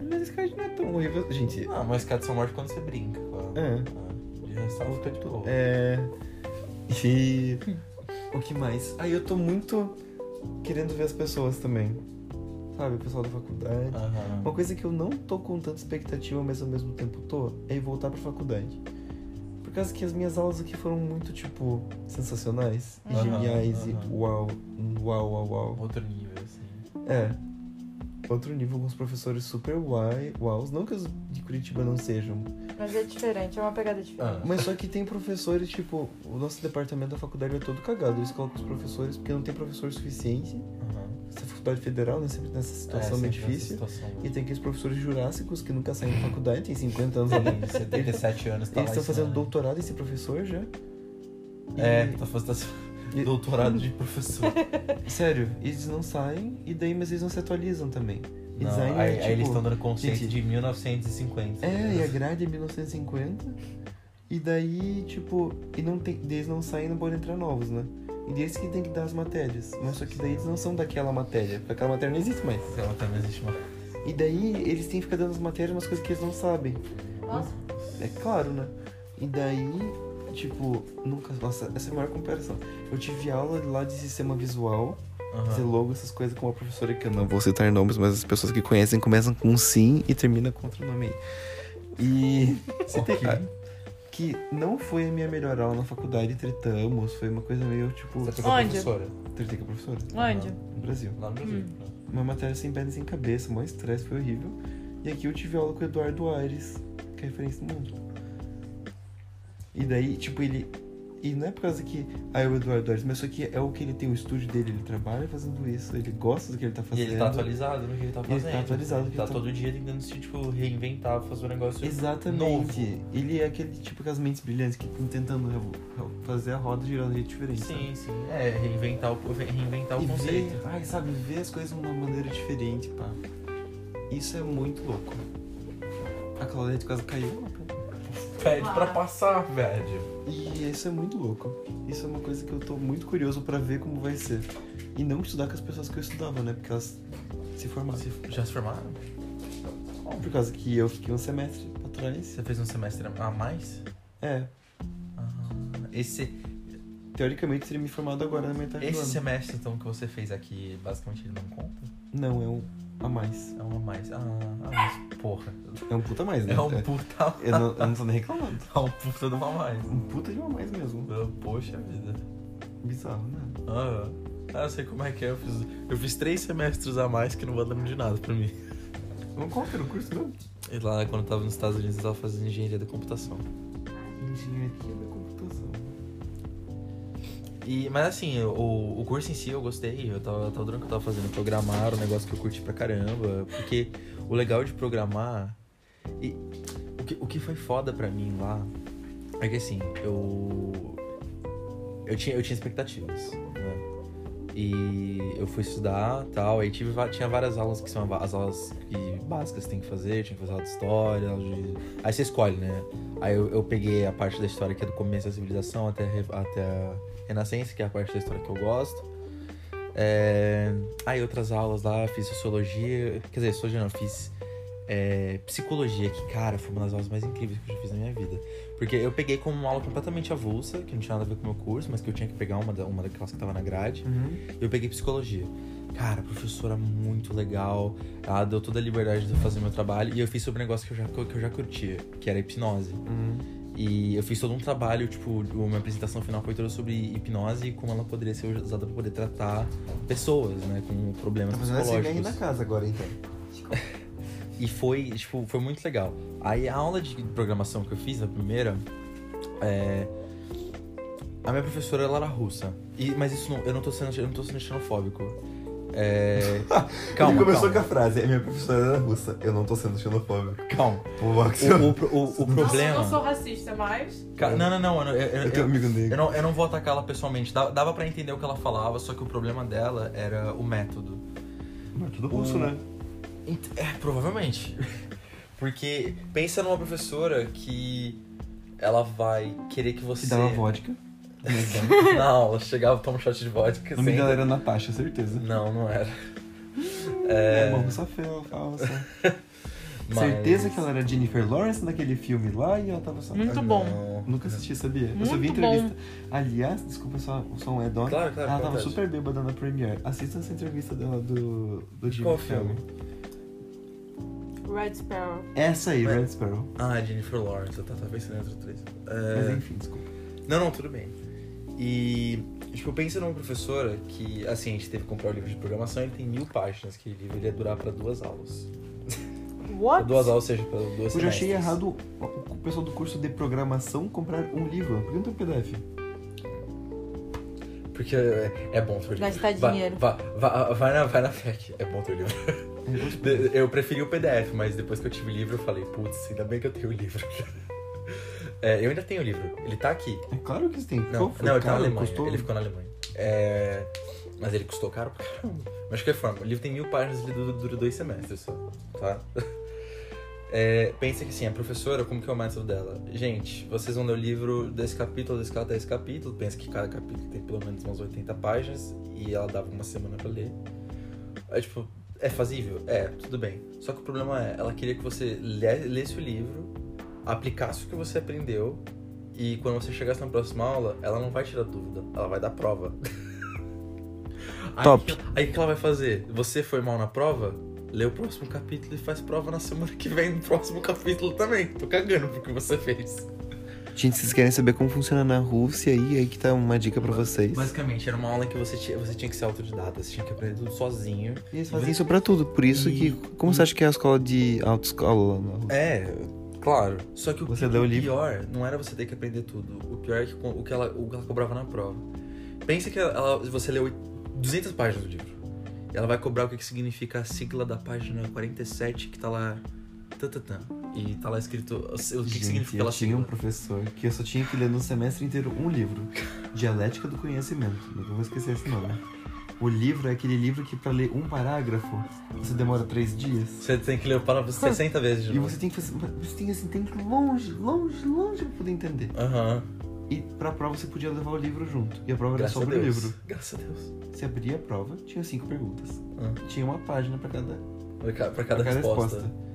S1: Mas a Skype não é tão horrível. Gente,
S6: Não, mas escada só morte é quando você brinca. Claro.
S1: É.
S6: Ah, De resto, fica de boa.
S1: é. E. O que mais? Aí eu tô muito querendo ver as pessoas também. Sabe, o pessoal da faculdade.
S6: Aham.
S1: Uma coisa que eu não tô com tanta expectativa, mas ao mesmo tempo tô, é ir voltar pra faculdade. Por causa que as minhas aulas aqui foram muito, tipo, sensacionais, e
S6: Aham,
S1: geniais, e
S6: aham.
S1: uau, uau, uau, uau.
S6: Outro nível, assim.
S1: É. Outro nível com os professores super uai, uaus. Não que os de Curitiba não sejam,
S8: Mas é diferente, é uma pegada diferente.
S6: Ah.
S1: mas só que tem professores, tipo, o nosso departamento da faculdade é todo cagado. Eles colocam os professores porque não tem professor suficiente.
S6: Aham.
S1: Essa faculdade federal, né? Sempre nessa situação
S6: É,
S1: meio
S6: sempre nessa
S1: difícil.
S6: Situação,
S1: E tem aqueles professores jurássicos que nunca saem da faculdade, tem 50 anos ali.
S6: Tem 77 anos, tá
S1: Eles
S6: lá
S1: estão fazendo
S6: ensinando.
S1: doutorado em ser professor já?
S6: É, tá fazendo
S1: E-
S6: doutorado de professor.
S1: E, sério, eles não saem e daí, mas eles não se atualizam também.
S6: Não,
S1: Design
S6: aí,
S1: é,
S6: aí
S1: tipo,
S6: eles estão dando consciência
S1: gente,
S6: de 1950.
S1: É, e a grade é 1950. E daí, tipo, e não tem, daí eles não saem e não podem entrar novos, né? E daí eles que tem que dar as matérias. Mas só que daí eles não são daquela matéria, porque aquela matéria não existe mais.
S6: Ela também existe uma.
S1: E daí eles têm que ficar dando as matérias umas coisas que eles não sabem.
S8: Nossa,
S1: É claro, né? E daí, tipo, nunca. Nossa, essa é a maior comparação. Eu tive aula lá de sistema visual, fazer
S6: Aham.
S1: logo essas coisas com uma professora que eu não vou citar nomes, mas as pessoas que conhecem começam com sim e termina com outro nome aí. E. Citei.
S6: Ok.
S1: ah, que não foi a minha melhor aula na faculdade, tretamos, foi uma coisa meio tipo.
S6: Você pegou a
S8: Onde?
S6: professora
S1: Tretei com a professora,
S8: onde?
S1: no Brasil.
S6: lá no Brasil.
S1: Uma matéria sem pernas e sem cabeça, maior estresse, foi horrível. E aqui eu tive aula com o Eduardo Aires, que é referência do mundo. E daí, tipo, ele. E não é por causa que. Ah, é o Eduardo Aires, mas só que é o que ele tem, o estúdio dele, ele trabalha fazendo isso, ele gosta do que ele tá
S6: E
S1: fazendo.
S6: ele tá atualizado no que ele tá
S1: Ele tá
S6: fazendo.
S1: atualizado no que
S6: Tá
S1: ele tá-
S6: todo dia tentando se, tipo, reinventar, fazer um negócio.
S1: Exatamente. Ele é aquele tipo com as mentes brilhantes que estão tentando revo- revo- fazer a roda girar de um jeito diferente. sabe?
S6: Sim, sim. É, reinventar o, reinventar É o
S1: e
S6: conceito.
S1: ver, ai, sabe, ver as coisas de uma maneira diferente, pá. Isso é muito louco. A Claudete quase caiu.
S6: Pede pra passar, velho.
S1: E isso é muito louco. Isso é uma coisa que eu tô muito curioso pra ver como vai ser. E não estudar com as pessoas que eu estudava, né? Porque elas se formaram.
S6: Você já se formaram?
S1: Por causa que eu fiquei um semestre pra trás.
S6: Você fez um semestre a mais?
S1: É,
S6: Ah, esse
S1: teoricamente teria me formado agora na metade do
S6: esse
S1: ano.
S6: semestre, então, que você fez aqui, basicamente ele não conta?
S1: Não, é um a mais.
S6: É um a mais. Ah, ah mas porra.
S1: É um puta a mais, né?
S6: É um puta.
S1: Eu não, eu não tô nem reclamando.
S6: É um puta de uma mais.
S1: Um puta de uma mais mesmo.
S6: Ah, Poxa vida.
S1: Bizarro, né?
S6: Ah, ah, eu sei como é que é. Eu fiz, eu fiz três semestres a mais que não valendo de nada pra mim.
S1: Não conta no curso, não.
S6: E lá, quando eu tava nos Estados Unidos, eu tava fazendo engenharia da computação.
S1: Engenharia da computação.
S6: E, mas assim, o, o curso em si eu gostei, eu tava, tava durante que eu tava fazendo programar, um negócio que eu curti pra caramba, porque o legal de programar. E o que, o que foi foda pra mim lá é que assim, eu. Eu tinha, eu tinha expectativas, né? E eu fui estudar tal, aí tive, va- tinha várias aulas que são as aulas que básicas que tem que fazer, tinha que fazer aula de história, aula de. Aí você escolhe, né? Aí eu, eu peguei a parte da história que é do começo da civilização até, a re- até a Renascença, que é a parte da história que eu gosto. É, Aí outras aulas lá, fiz sociologia, quer dizer, sociologia não, fiz é, psicologia, que cara, foi uma das aulas mais incríveis que eu já fiz na minha vida. Porque eu peguei como uma aula completamente avulsa, que não tinha nada a ver com o meu curso, mas que eu tinha que pegar uma, da- uma daquelas que tava na grade
S1: Uhum.
S6: eu peguei psicologia. Cara, a professora muito legal. Ela deu toda a liberdade de eu fazer meu trabalho. E eu fiz sobre um negócio que eu já, que eu já curtia, que era hipnose. E eu fiz todo um trabalho, tipo, uma apresentação final foi toda sobre hipnose e como ela poderia ser usada pra poder tratar pessoas, né, com problemas
S1: Tá fazendo essa ideia aí
S6: psicológicos.
S1: na casa agora, então.
S6: E foi, tipo, foi muito legal. Aí a aula de programação que eu fiz, a primeira, é, A minha professora, ela era russa. E, mas isso não, eu não tô sendo, eu não tô sendo xenofóbico. É...
S1: Ele
S6: Calma,
S1: começou
S6: calma,
S1: com a frase, é minha professora era russa, eu não tô sendo xenofóbico.
S6: calma.
S1: Pô, Axel,
S6: O, o- o- o problema...
S9: Não, não sou racista, mas.
S6: Ca- Não, não, não. Eu, eu- eu-
S1: eu tenho um amigo
S6: eu
S1: negro.
S6: não, eu não vou atacar ela pessoalmente. Dava, dava pra entender o que ela falava, só que o problema dela era o método.
S1: Mas tudo
S6: russo, né? Ent- É, provavelmente. Porque pensa numa professora que ela vai querer que você.
S1: Que dava vodka.
S6: Na aula, chegava, toma um shot de vodka.
S1: O nome
S6: senta-
S1: dela era Natasha, certeza.
S6: Não, não era.
S1: É, uma russa feia, falsa.
S6: Mas-
S1: Certeza que é ela era Jennifer Lawrence naquele filme lá e ela tava só.
S9: Muito bom.
S6: Não.
S1: Nunca assisti, sabia? eu só vi
S9: Muito
S1: entrevista. Aliás, desculpa só o som é dó.
S6: Claro, claro.
S1: ela tava
S6: acontece.
S1: super bêbada na Premiere. Assista essa entrevista dela do, do Jimmy
S6: Qual
S1: Fallon.
S9: Red Sparrow.
S1: Essa aí,
S6: Mas-
S1: Red Sparrow.
S6: Ah, Jennifer Lawrence. Eu tava pensando em outro três.
S1: Mas
S6: É...
S1: enfim, desculpa.
S6: Não, não, tudo bem. E, tipo, pensa numa professora que, assim, a gente teve que comprar o livro de programação, ele tem mil páginas, que o livro ia durar pra duas aulas. Ou
S2: What?
S6: duas aulas, ou seja, pra duas
S1: Eu já achei errado o o pessoal do curso de programação comprar um livro. Por que não tem um PDF?
S6: É, Porque é, é bom ter o livro.
S2: Gastar
S6: Vai-
S2: dinheiro.
S6: Vai, vai, vai na, vai na FEC, é bom ter o livro.
S1: É,
S6: De- Eu preferi o PDF, mas depois que eu tive o livro, eu falei, putz, ainda bem que eu tenho o livro. É, eu ainda tenho o livro, ele tá aqui.
S1: É claro que isso tem.
S6: Não,
S1: Qual foi?
S6: não ele tá na
S1: Caro?
S6: Alemanha.
S1: Custou?
S6: Ele ficou na Alemanha. É, Mas ele custou caro pra caramba. Mas de qualquer forma, o livro tem mil páginas, ele dura, dura dois semestres só, tá? É, pensa que assim, a professora, como que é o método dela? Gente, vocês vão ler o livro desse capítulo, desse capítulo, desse capítulo. Pensa que cada capítulo tem pelo menos umas 80 páginas e ela dava uma semana pra ler. É tipo, é fazível? É, tudo bem. Só que o problema é, ela queria que você lê- lesse o livro, aplicasse o que você aprendeu e quando você chegasse na próxima aula, ela não vai tirar dúvida, ela vai dar prova. Aí
S1: Top.
S6: que- Aí o que ela vai fazer? Você foi mal na prova? Lê o próximo capítulo e faz prova na semana que vem no próximo capítulo também. Tô cagando pro que você fez.
S1: Gente, vocês querem saber como funciona na Rússia aí? Aí que tá uma dica pra vocês.
S6: Basicamente, era uma aula em que você tinha, você tinha que ser autodidata, você tinha que aprender tudo sozinho.
S1: E eles fazem isso pra tudo. Por isso que. Como você acha que é a escola de autoescola lá na Rússia?
S6: É, claro. Só que o,
S1: Você
S6: o
S1: lê o livro.
S6: pior não era você ter que aprender tudo. O pior é que, o, que ela, o que ela cobrava na prova. Pensa que ela- você leu 200 páginas do livro. E ela vai cobrar o que, que significa a sigla da página 47 que tá lá. Tatatã, e tá lá escrito o, o que, que
S1: Gente,
S6: significa
S1: eu
S6: ela
S1: tinha
S6: sigla.
S1: um professor que eu só tinha que ler no semestre inteiro um livro. Dialética do Conhecimento. Nunca vou esquecer esse nome. O livro é aquele livro que pra ler um parágrafo você demora três dias.
S6: Você tem que ler o parágrafo 60 vezes de
S1: E
S6: novo.
S1: você tem que fazer. Você tem assim, tem que ir longe, longe, longe pra poder entender.
S6: Aham.
S1: E pra prova você podia levar o livro junto. E a prova era
S6: Graças a
S1: sobre o
S6: Deus.
S1: livro.
S6: Graças a Deus.
S1: Você abria a prova, tinha cinco perguntas.
S6: Ah.
S1: Tinha uma página pra cada
S6: Pra ca- pra
S1: Pra
S6: cada, resposta.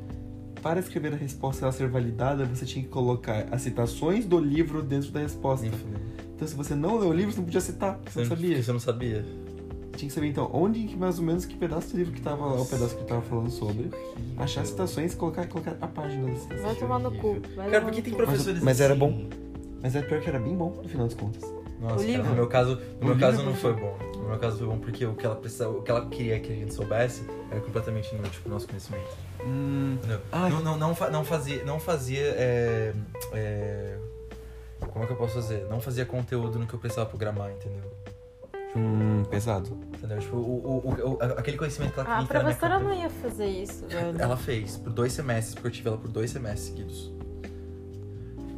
S1: Para escrever a resposta e ela ser validada, você tinha que colocar as citações do livro dentro da resposta.
S6: Enfim,
S1: Então, se você não leu o livro, você não podia citar, porque você não sabia.
S6: Você não sabia.
S1: Tinha que saber, então, onde que mais ou menos que pedaço do livro que tava lá, o pedaço que tava falando sobre. Achar citações e colocar, colocar a página das citações.
S2: Vai tomar no cu. Vai
S6: Cara,
S2: tomar
S6: porque
S2: no
S6: tem
S2: cu.
S6: professores
S1: mas era
S6: assim?
S1: bom. Mas é pior que era bem bom, no final das contas.
S6: Nossa,
S2: O
S6: cara,
S2: livro?
S6: no meu caso,
S1: O
S6: no meu caso
S1: livro
S6: não foi bom. No meu caso foi bom porque o que ela precisava, o que ela queria que a gente soubesse era completamente inútil pro nosso conhecimento.
S1: Hum.
S6: Entendeu?
S1: Ah.
S6: Não, não, não, fa- não fazia, não fazia é, é, como é que eu posso fazer? Não fazia conteúdo no que eu precisava programar, entendeu?
S1: Hum, pesado.
S6: Entendeu? Tipo, o, o- o- a- aquele conhecimento que ela
S2: Ah,
S6: queria
S2: a
S6: entrar na
S2: professora não
S6: minha cabeça.
S2: ia fazer isso, velho.
S6: Ela fez por dois semestres, porque eu tive ela por dois semestres seguidos.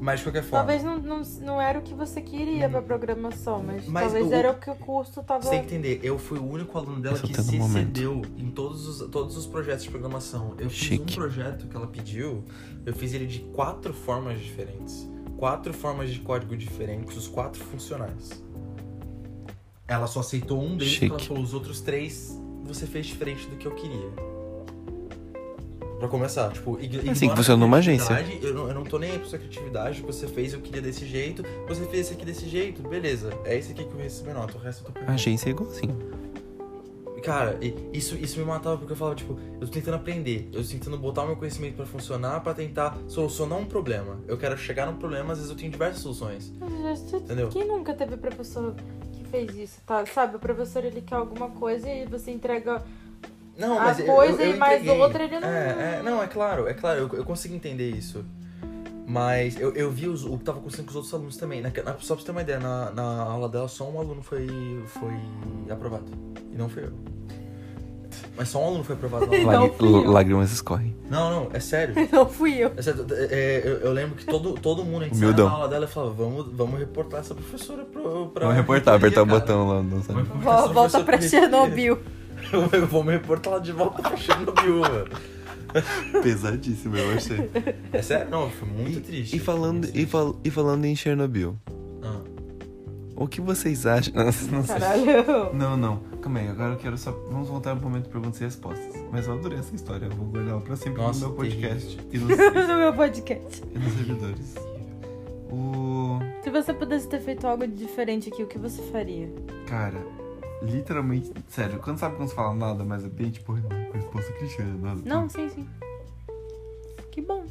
S6: Mas de qualquer forma.
S2: Talvez não, não, não era o que você queria pra programação, mas,
S6: Mas
S2: talvez
S6: o-
S2: era o que o curso tava.
S6: Você tem que entender, eu fui o único aluno dela
S1: Eu tô
S6: que
S1: tendo
S6: se
S1: um momento.
S6: cedeu em todos os, todos os projetos de programação. Eu fiz
S1: Chique.
S6: um projeto que ela pediu, eu fiz ele de quatro formas diferentes. Quatro formas de código diferentes, os quatro funcionais. Ela só aceitou um deles, porque ela
S1: Chique.
S6: falou, os outros três você fez diferente do que eu queria. Pra começar, tipo, ig- ignora
S1: assim que
S6: a
S1: funciona numa
S6: criatividade, Eu não, eu não tô nem aí pra sua criatividade, o que você fez, eu queria desse jeito, você fez esse aqui desse jeito, beleza. É esse aqui que eu recebi nota, o resto eu tô perdendo.
S1: Agência é igualzinho.
S6: Cara, e- isso, isso me matava porque eu falava, tipo, eu tô tentando aprender, eu tô tentando botar o meu conhecimento pra funcionar, pra tentar solucionar um problema. Eu quero chegar num problema, às vezes eu tenho diversas soluções.
S2: Mas isso-
S6: Entendeu?
S2: Quem nunca teve professor que fez isso, tá? Sabe, o professor ele quer alguma coisa e você entrega
S6: Não,
S2: a
S6: mas eu-
S2: coisa
S6: eu, eu
S2: e mais
S6: entreguei.
S2: outra, ele não.
S6: É, é, não, é claro, é claro, eu, eu consigo entender isso. Mas eu, eu vi os- o que tava acontecendo com os outros alunos também. Na, na- só pra você ter uma ideia, na, na aula dela só um aluno foi, foi aprovado. E não foi eu. Mas só um aluno foi aprovado na
S10: Lag-
S6: aula.
S2: Não fui eu.
S10: Lágrimas escorrem.
S6: Não, não, é sério.
S2: Não fui eu.
S6: É sério, é, eu, eu lembro que todo, todo mundo, a gente
S10: Humildão.
S6: saiu na aula dela e falava, vamos, vamos reportar essa professora pro, pra...
S10: Vamos reportar, apertar o
S6: cara.
S10: botão lá no
S6: Vamos reportar
S2: Vol-
S6: essa
S2: Volta
S6: professora
S2: pra
S6: pra
S2: Chernobyl.
S6: Eu vou me reportar lá de volta pra Chernobyl, mano.
S10: Pesadíssimo, eu achei.
S6: É sério? Não, foi muito
S10: E-
S6: triste.
S10: E falando,
S6: Muito
S10: e,
S6: triste.
S10: fal- e falando em Chernobyl,
S6: Ah.
S10: o que vocês acham? Não, não sei.
S2: Caralho.
S10: Não, não. Calma aí, agora eu quero só. Vamos voltar pro momento de perguntas e respostas. Mas eu adorei essa história, eu vou guardar ela pra sempre
S6: Nossa,
S10: no meu podcast. E nos,
S2: No meu podcast.
S10: e nos servidores. O.
S2: Se você pudesse ter feito algo de diferente aqui, o que você faria?
S10: Cara, literalmente. Sério, quando sabe quando você fala nada, mas é bem tipo. "Ah, Resposta cristiana, nada.
S2: Não, sim, sim. Que bom.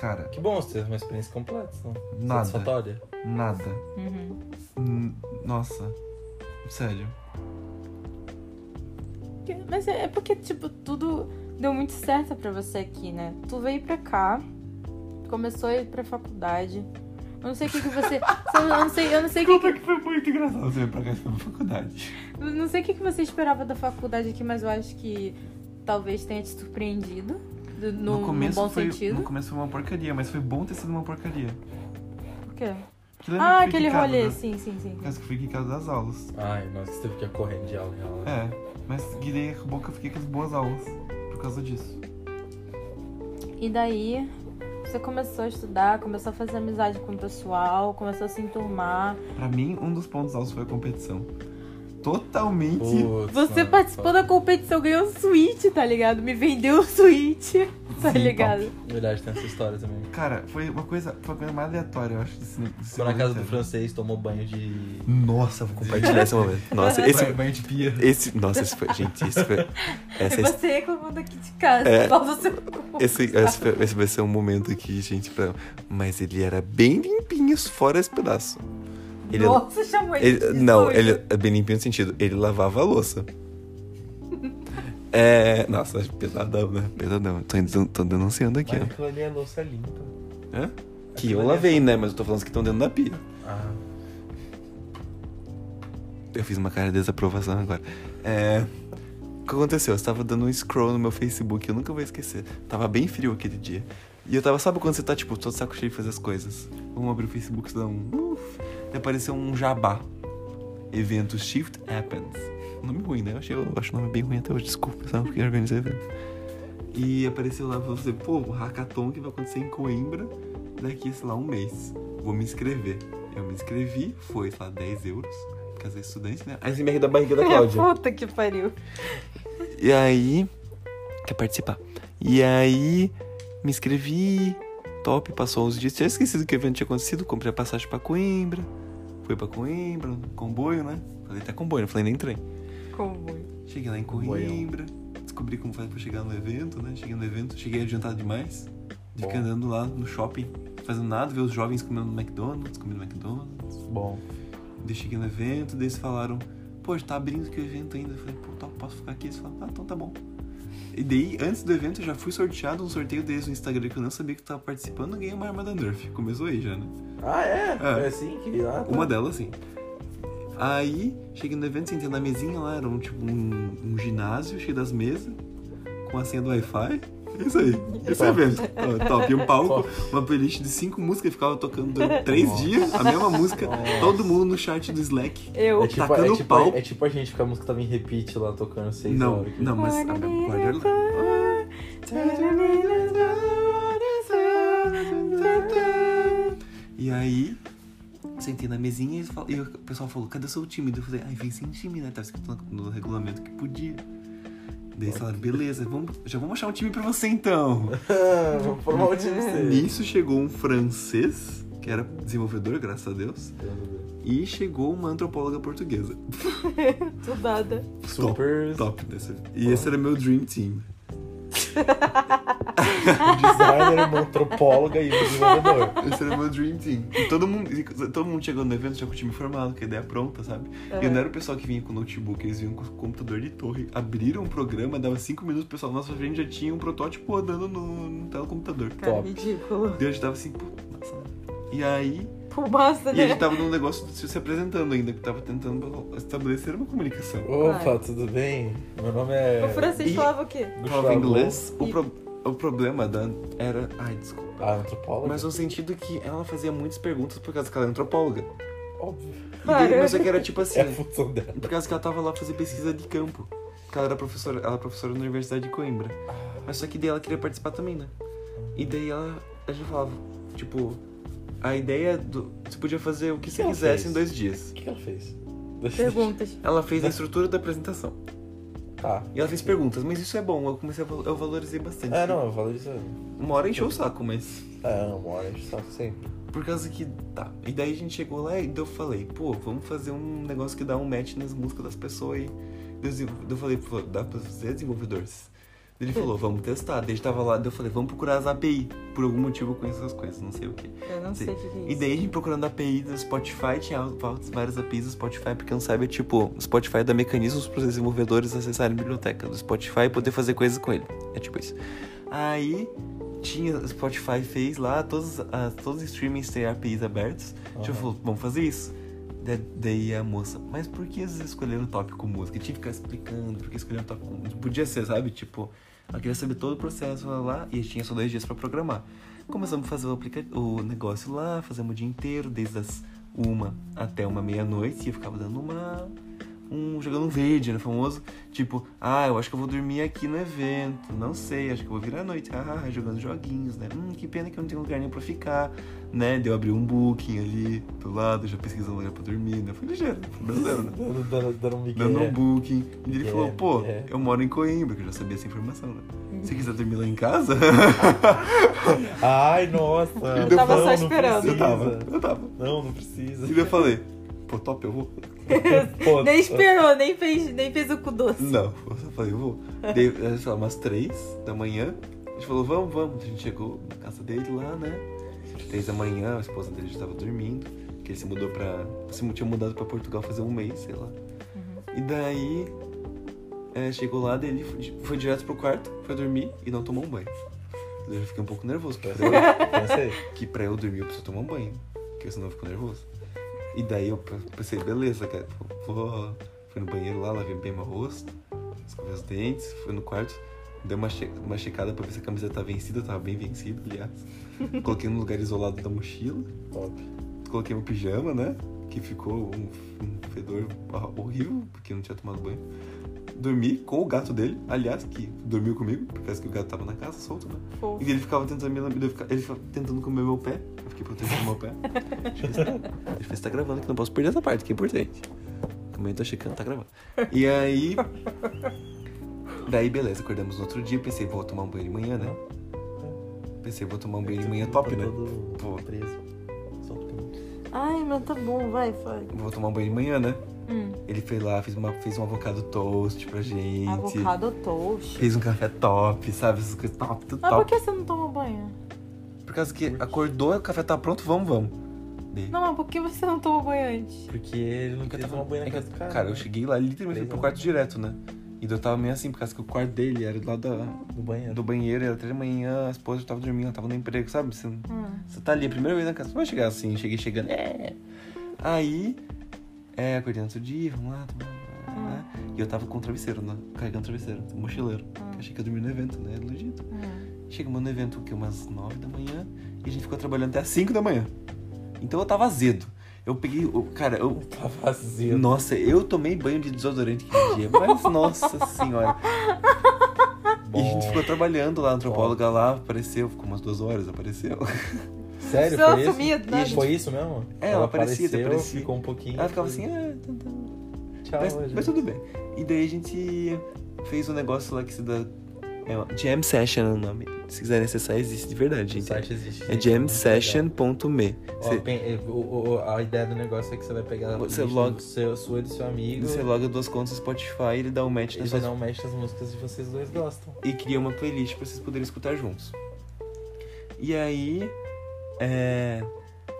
S10: Cara,
S6: Que bom, você teve uma experiência completa, não?
S10: nada.
S6: Satisfatória.
S10: Nada.
S2: Uhum.
S10: N- Nossa. Sério.
S2: Mas é é porque, tipo, tudo deu muito certo pra você aqui, né? Tu veio pra cá, começou a ir pra faculdade. Eu não sei o que, que você. Eu não sei, eu não sei o que, que
S10: Puta que foi muito engraçado você vir pra cá pra faculdade.
S2: Eu Não sei o que que você esperava da faculdade aqui, mas eu acho que talvez tenha te surpreendido. do- No, no bom
S10: foi, um
S2: sentido.
S10: No começo foi uma porcaria, mas foi bom ter sido uma porcaria.
S2: Por quê?
S10: Que lembra
S2: Ah,
S10: que eu fiquei
S2: aquele
S10: em casa
S2: rolê,
S10: da-
S2: sim, sim, sim.
S10: Mas que eu fiquei em casa das aulas.
S6: Ai, nossa, você teve que ir correndo de aula em aula.
S10: É, mas que daí acabou que eu fiquei com as boas aulas por causa disso.
S2: E daí, você começou a estudar, começou a fazer amizade com o pessoal, começou a se enturmar.
S10: Pra mim, um dos pontos altos foi a competição. Totalmente.
S6: Putz,
S2: Você
S6: mano,
S2: participou da competição, ganhou um suíte, tá ligado? Me vendeu um suíte, tá
S10: Sim,
S2: ligado?
S6: Verdade, tem essa história também.
S10: Cara, foi uma coisa, foi a coisa mais aleatória, eu acho, desse desse
S6: Ficou na casa do
S10: momento.
S6: francês, tomou banho de.
S10: Nossa, vou
S6: compartilhar
S10: esse momento.
S2: Nossa,
S6: banho de pia.
S10: Esse. Nossa, esse foi. Gente, esse foi.
S2: E você reclamando aqui de casa,
S10: É.
S2: falta seu
S10: Esse, esse, foi- esse vai ser um momento aqui, gente, pra... Mas ele era bem limpinho, fora esse pedaço. Ele,
S2: Nossa, chamou ele.
S10: ele-
S2: de
S10: não,
S2: sujo.
S10: ele é bem limpinho no sentido, ele lavava a louça. É. Nossa, pesadão, né? Pesadão. Tô, indo- tô denunciando aqui, ó.
S6: Aquilo ali é louça limpa.
S10: Hã? Que
S6: aquilo
S10: eu
S6: ali é
S10: lavei, né? Mas eu tô falando os que estão dentro da pia.
S6: Ah,
S10: Eu fiz uma cara de desaprovação agora. É. O que aconteceu? Eu estava dando um scroll no meu Facebook, eu nunca vou esquecer. Tava bem frio aquele dia. E eu tava, sabe quando você tá, tipo, todo saco cheio de fazer as coisas? Vamos abrir o Facebook, você dá um. Uf, e apareceu um jabá. Evento Shift Happens. Nome ruim, né? Eu, achei, eu acho o nome bem ruim até hoje, desculpa, sabe? Porque organizei o evento. E apareceu lá pra você, pô, o hackathon que vai acontecer em Coimbra daqui, sei lá, um mês. Vou me inscrever. Eu me inscrevi, foi, sei lá, 10 euros. Porque às vezes estudante, né? Aí você me ri da barriga da Cláudia.
S2: Puta que pariu.
S10: E aí. Quer participar? E aí. Me inscrevi. Top, passou uns dias. Tinha esquecido que o evento tinha acontecido. Comprei a passagem pra Coimbra. Fui pra Coimbra, no comboio, né? Falei até comboio, não falei nem trem.
S2: Como?
S10: Cheguei lá em
S6: Comboião.
S10: Coimbra. Descobri como faz pra chegar no evento, né? Cheguei no evento, cheguei adiantado demais. Fiquei andando lá no shopping, fazendo nada, ver os jovens comendo no McDonald's, comendo McDonald's.
S6: bom.
S10: Daí cheguei no evento, daí eles falaram, pô, tá abrindo aqui o evento ainda. Eu falei, pô, tá, posso ficar aqui? Eles falaram, ah, então tá bom. E daí, antes do evento, eu já fui sorteado um sorteio deles no Instagram que eu não sabia que eu tava participando, ganhei uma arma da Nerf. Começou aí já, né?
S6: Ah, é?
S10: É.
S6: Foi assim que. Ah, tá.
S10: Uma delas, sim. Aí, cheguei no evento, sentei na mesinha lá, era um tipo um, um ginásio cheio das mesas, com a senha do Wi-Fi. É isso aí. Esse
S6: tipo,
S10: é o evento. Ó, top. E um palco, uma playlist de cinco músicas, ficava tocando durante três dias, a mesma música, todo mundo no chat do Slack.
S2: Eu.
S6: É tipo,
S10: Tacando
S6: é, tipo,
S10: pau.
S6: é tipo a gente ficar a música tava em repeat lá tocando seis
S10: Não,
S6: horas.
S10: não, mas a olha lá. E aí, sentei na mesinha e, eles fal- e o pessoal falou, cadê seu time? Daí Eu falei, ai, vem sem time, né? Tava escrito no no regulamento que podia. Daí eles falaram, beleza, vamos, já vamos achar um time pra você então.
S6: Ah, vou formar o time C.
S10: Nisso chegou um francês, que era desenvolvedor, graças a Deus, e chegou uma antropóloga portuguesa.
S2: Do nada.
S6: Super
S10: Top dessa. E esse era meu dream team.
S6: designer, uma antropóloga e um desenvolvedor.
S10: Esse era o meu dream team. E todo mundo, e todo mundo chegando no evento já com o time formado, com a ideia pronta, sabe?
S2: É,
S10: E não era o pessoal que vinha com o notebook, eles vinham com o computador de torre, abriram um programa, dava cinco minutos, o pessoal na nossa frente já tinha um protótipo rodando no, no telecomputador.
S2: Cara,
S6: Top.
S2: ridículo.
S10: Deus tava assim, pô, nossa. né?" E aí,
S2: fumaça,
S10: E a gente
S2: né?
S10: tava num negócio de se apresentando ainda, que tava tentando estabelecer um uma comunicação.
S6: Opa,
S2: Claro.
S6: tudo bem? Meu nome é.
S2: O francês
S10: E-
S2: falava o quê?
S6: Gustavo.
S10: Falava inglês, o, pro- o problema da era. Ai, desculpa.
S6: Ah, antropólogo?
S10: Mas no sentido que ela fazia muitas perguntas por causa que ela era antropóloga. E
S6: Óbvio.
S10: daí-
S2: Claro.
S10: mas é que era tipo assim.
S6: É a função dela.
S10: Por causa que ela tava lá fazer pesquisa de campo. Porque ela era professora, ela era professora na Universidade de Coimbra. Mas só que daí ela queria participar também, né? E daí ela, a gente falava, tipo, a ideia do. Você podia fazer o que você
S6: ela
S10: quisesse
S6: fez?
S10: em dois
S6: O
S10: dias. Né?
S6: que que ela fez?
S2: Perguntas.
S10: Ela fez a estrutura da apresentação.
S6: Tá.
S10: E ela fez perguntas, mas isso é bom, eu comecei a val- eu valorizei bastante.
S6: Ah, não, eu valorizo.
S10: Uma hora encheu o saco, mas.
S6: Ah, não, mora, só sempre.
S10: Por causa que. Tá. E daí a gente chegou lá e daí eu falei, pô, vamos fazer um negócio que dá um match nas músicas das pessoas aí. Daí Eu daí eu falei, pô, dá pra ser desenvolvedores? Daí Ele falou, vamos testar. Daí a gente tava lá, daí eu falei, vamos procurar as API. Por algum motivo eu conheço essas coisas, não sei o que.
S2: Eu não sei o que que é
S10: E
S2: isso.
S10: daí a gente procurando API do Spotify, tinha várias- várias APIs do Spotify, porque não sabe, tipo, o Spotify dá mecanismos para os desenvolvedores acessarem a biblioteca do Spotify e poder fazer coisas com ele. É tipo isso. Aí tinha, o Spotify fez lá, todos, as- todos os streamings têm APIs abertos. A gente falou, vamos fazer isso. Da- Daí a moça, mas por que eles escolheram o tópico música? Eu tinha que ficar explicando por que escolheram o tópico música. Podia ser, sabe? Tipo, ela queria saber todo o processo lá, lá e tinha só dois dias pra programar. Começamos a fazer o, aplica- o negócio lá, fazemos o dia inteiro, desde as uma até uma meia-noite, e eu ficava dando uma. Um, jogando um verde, né? Famoso. Tipo, ah, eu acho que eu vou dormir aqui no evento. Não sei, acho que eu vou vir à noite. Ah, jogando joguinhos, né? Hum, que pena que eu não tenho lugar nem pra ficar, né? Deu abrir um booking ali do lado, já pesquisando um lugar pra dormir, né? Foi ligeiro, né? Foi brasileiro, né?
S6: Dando, dando, dando um migué.
S10: dando um booking. E ele
S6: É,
S10: falou, pô,
S6: é.
S10: eu moro em Coimbra, que eu já sabia essa informação, né? Se quiser dormir lá em casa,
S6: Ai, nossa.
S10: Eu tava
S2: só
S6: não
S2: esperando.
S10: eu
S6: precisa.
S10: tava, eu tava.
S6: Não, não precisa.
S10: E daí eu falei, pô, top, eu vou.
S6: Pô,
S2: Nem esperou, nem fez, nem fez o cu doce.
S10: Não, eu só falei, eu vou. Daí, era, sei lá, umas três da manhã, a gente falou, vamos, vamos. A gente chegou na casa dele lá, né? Três da manhã, a esposa dele já tava dormindo, que ele se mudou pra. Se tinha mudado pra Portugal fazer um mês, sei lá. E daí, é, chegou lá, daí ele foi, foi direto pro quarto, foi dormir e não tomou um banho. Daí eu já fiquei um pouco nervoso, porque eu
S6: Pensei.
S10: que pra eu dormir eu preciso tomar um banho, porque senão eu fico nervoso. E daí eu pe- pensei, beleza, cara. Vou, fui no banheiro lá, lavei bem meu rosto, escovei os dentes, fui no quarto, dei uma, che uma checada pra ver se a camiseta tava vencida, tava bem vencida, aliás. Coloquei num lugar isolado da mochila,
S6: Top.
S10: coloquei meu pijama, né? Que ficou um, um fedor horrível, porque eu não tinha tomado banho. Dormi com o gato dele, aliás, que dormiu comigo, por causa que o gato tava na casa solto, né?
S2: Fofo.
S10: E ele ficava tentando me lamber, eu fica- ele ficava tentando comer meu pé. Eu fiquei protegendo meu pé. Deixa eu ver se tá- Deixa eu ver se tá gravando, que não posso perder essa parte, que é importante. Também tô checando, tá gravando. E aí. Daí, beleza, acordamos no outro dia, pensei, vou tomar um banho de manhã, né? Pensei, vou tomar um banho de
S6: é
S10: manhã top, né?
S6: Tá Todo
S10: Pô.
S6: preso. Só porque-
S2: Ai, mas tá bom, vai, fala.
S10: Vou tomar um banho de manhã, né?
S2: Hum.
S10: Ele foi lá, fez, uma, fez um avocado toast pra gente.
S2: Avocado toast.
S10: Fez um café top, sabe? Essas coisas top, tudo
S2: Mas
S10: top.
S2: por que você não toma banho?
S10: Por causa que acordou, o café tá pronto, vamos, vamos. Daí-
S2: Não, mas por que você não toma banho antes?
S6: Porque ele nunca
S10: Ele
S6: tava uma banho na
S10: é que-
S6: casa do cara.
S10: Cara, eu
S6: né?
S10: cheguei lá literalmente fui pro quarto direto, né? E daí eu tava meio assim, por causa que o quarto dele era do lado da-
S6: Do banheiro.
S10: do banheiro, era três da manhã, a esposa já tava dormindo, ela tava no emprego, sabe? Você,
S2: Hum.
S10: você tá ali, a primeira vez na casa, você vai chegar assim, cheguei chegando. É. Aí, é, acordei no outro dia, vamos lá, tomar. lá. E eu tava com o travesseiro, né? Carregando o travesseiro, um mochileiro. que eu Achei que ia dormir no evento, né? Era iludido.
S2: hum.
S10: Chegamos no evento, o quê? Umas 9 da manhã. E a gente ficou trabalhando até as 5 da manhã. Então eu tava azedo. Eu peguei. o- Cara, eu,
S6: Tá vazio.
S10: nossa, eu tomei banho de desodorante aquele dia, mas nossa senhora. E a gente ficou trabalhando lá, a antropóloga lá apareceu, ficou umas duas horas, apareceu.
S6: Sério,
S2: Só
S6: foi isso?
S2: sumido, né?
S10: E a gente-
S6: Foi isso mesmo?
S10: É, ela aparecia,
S6: apareceu,
S10: aparecia.
S6: ficou um pouquinho.
S10: Ela ficava assim,
S6: foi-
S10: ah, tá, tá.
S6: Tchau,
S10: Mas,
S6: gente.
S10: mas tudo bem. E daí a gente fez um negócio lá que se dá. É uma Jam Session é o nome. Se quiser acessar, existe de verdade,
S6: O
S10: gente.
S6: site existe.
S10: É
S6: gente, muito
S10: jamsession.me.
S6: legal. Ó,
S10: Você-
S6: pen- eh, o- o- a ideia do negócio é que você vai pegar
S10: Você
S6: a lista
S10: loga-
S6: do seu, sua e do seu amigo
S10: Você loga duas contas no Spotify, ele dá um match
S6: e
S10: nas
S6: vai
S10: suas
S6: dar um match das músicas que vocês dois gostam.
S10: e cria uma playlist pra vocês poderem escutar juntos. E aí, é,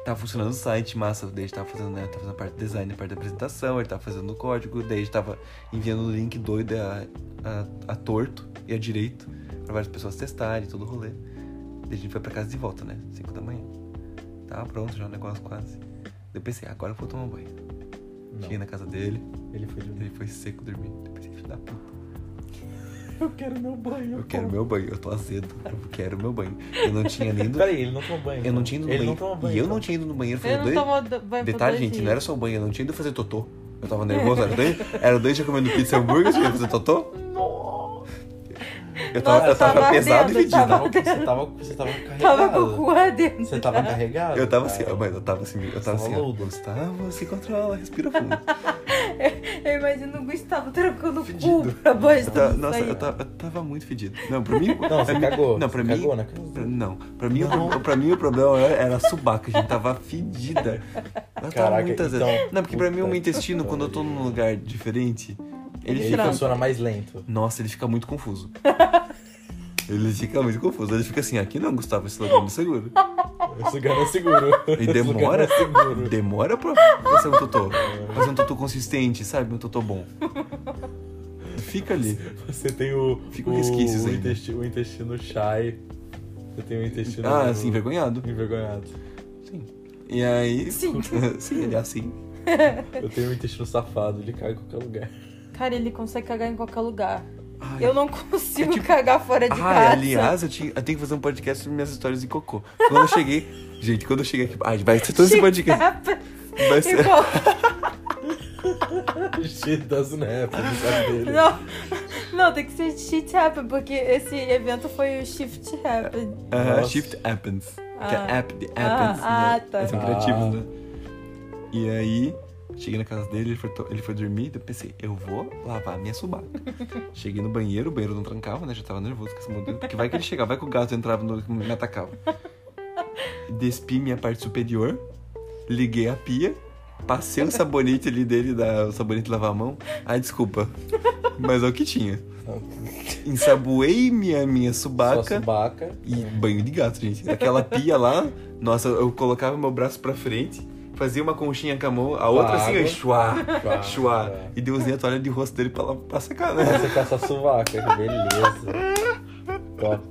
S10: tá funcionando o site, massa, daí a gente tava fazendo, né, tava fazendo a parte do design, a parte da apresentação, ele tava fazendo o código, daí a gente tava enviando o link doido a, a, a torto e a direito pra várias pessoas testarem, todo o rolê. Daí a gente foi pra casa de volta, né, 5 da manhã. Tava pronto já o negócio quase. Eu pensei, agora eu vou tomar um banho. Cheguei na casa dele,
S6: Ele foi dormir.
S10: ele foi seco dormir. Eu pensei, filho da puta,
S6: Eu quero meu banho.
S10: eu quero meu banho, eu tô azedo, eu quero meu banho. Eu não tinha nem ido,
S6: Peraí, ele não tomou banho.
S10: eu não tinha ido no
S6: ele
S10: banheiro.
S6: Não toma banho,
S10: e eu
S6: então.
S10: não tinha ido no banheiro
S2: Ele
S10: fazer
S2: não
S10: dois.
S2: tomou do- banho por
S10: Detalhe,
S2: dois
S10: gente,
S2: dias.
S10: não era só o banho, eu não tinha ido fazer totô. Eu tava nervoso, era dois, era dois dias comendo pizza e hambúrguer, eu ia fazer totô. Eu tava,
S2: Nossa,
S10: eu tava,
S2: tava
S10: pesado
S2: ardendo,
S10: e fedido.
S2: tava-
S6: Você tava, você tava carregado.
S2: Tava com o cu ardendo.
S6: Você tava carregado.
S10: Eu tava assim,
S6: cara.
S10: ó, mas eu tava assim, eu tava assim, ó,
S6: Falou.
S10: Gustavo, se controla, respira fundo. Tá,
S2: Eu imagino o Gustavo trancando o cu pra baixo.
S10: Eu tava-
S2: do
S10: nossa,
S2: sair.
S10: eu tava, eu tava muito fedido. Não, pra mim.
S6: Não,
S10: pra
S6: você
S10: mim-
S6: cagou.
S10: Não,
S6: você
S10: pra mim.
S6: Cagou na casa.
S10: pra- Não, pra mim, o- pra mim o problema era, era a subaca, a gente tava fedida. Ela tava
S6: Caraca,
S10: muito azeda.
S6: então,
S10: Não, porque pra mim o meu
S6: puta que
S10: intestino, quando eu tô num lugar diferente, ele
S6: Ele
S10: fica.
S6: funciona mais lento.
S10: Nossa, ele fica muito confuso. Ele fica muito confuso. Ele fica assim, aqui não, Gustavo, esse lugar não é seguro.
S6: Esse lugar não é seguro.
S10: E
S6: Esse
S10: demora,
S6: lugar não é seguro.
S10: demora pra fazer um totô. Fazer um totô consistente, sabe? Um totô bom. Fica ali.
S6: Você tem o.
S10: Fica
S6: o,
S10: um resquícios
S6: o
S10: ainda.
S6: intestino, o intestino shy. Você tem o intestino.
S10: Ah, assim, envergonhado.
S6: envergonhado.
S10: E aí.
S2: Sim.
S10: Sim, ele é assim.
S6: Eu tenho o intestino safado, ele cai em qualquer lugar.
S2: Cara, ele consegue cagar em qualquer lugar.
S10: Ai. É tipo,
S2: Eu não consigo cagar fora de
S10: Ai,
S2: casa.
S10: aliás, eu, tinha, eu tenho que fazer um podcast sobre minhas histórias de cocô. Quando eu cheguei. Gente, quando eu cheguei aqui. Ai, vai ser todo esse podcast. é Vai ser.
S2: Igual...
S6: Shit doesn't happen, não sabe
S10: é
S6: dele.
S2: Não, não, tem que ser shit happen, porque esse evento foi o shift happen.
S10: Ah,
S6: Nossa.
S10: shift Happens. Que
S2: Ah.
S10: é app de Happens.
S2: Ah,
S10: né?
S2: ah, tá.
S10: Eles são criativos, né? E aí, cheguei na casa dele, ele foi, to- ele foi dormir, daí eu pensei, eu vou lavar minha subaca. cheguei no banheiro, o banheiro não trancava, né? Já tava nervoso com esse modelo. Porque vai que ele chegava, vai que o gato entrava no me atacava. Despi minha parte superior, liguei a pia, passei o sabonete ali dele, da, o sabonete de lavar a mão. Ai, desculpa. Mas é o que tinha. Ensaboei minha, minha
S6: Só
S10: subaca.
S6: subaca.
S10: E banho de gato, gente. Aquela pia lá, nossa, eu colocava meu braço pra frente, fazia uma conchinha com a mão, a outra assim, ó,
S6: água.
S10: chuá,
S6: Chuá,
S10: chuá.
S6: chuá.
S10: E deu a toalha de rosto dele pra, lá, pra secar, né?
S6: Você caça a subaca, que beleza. Top.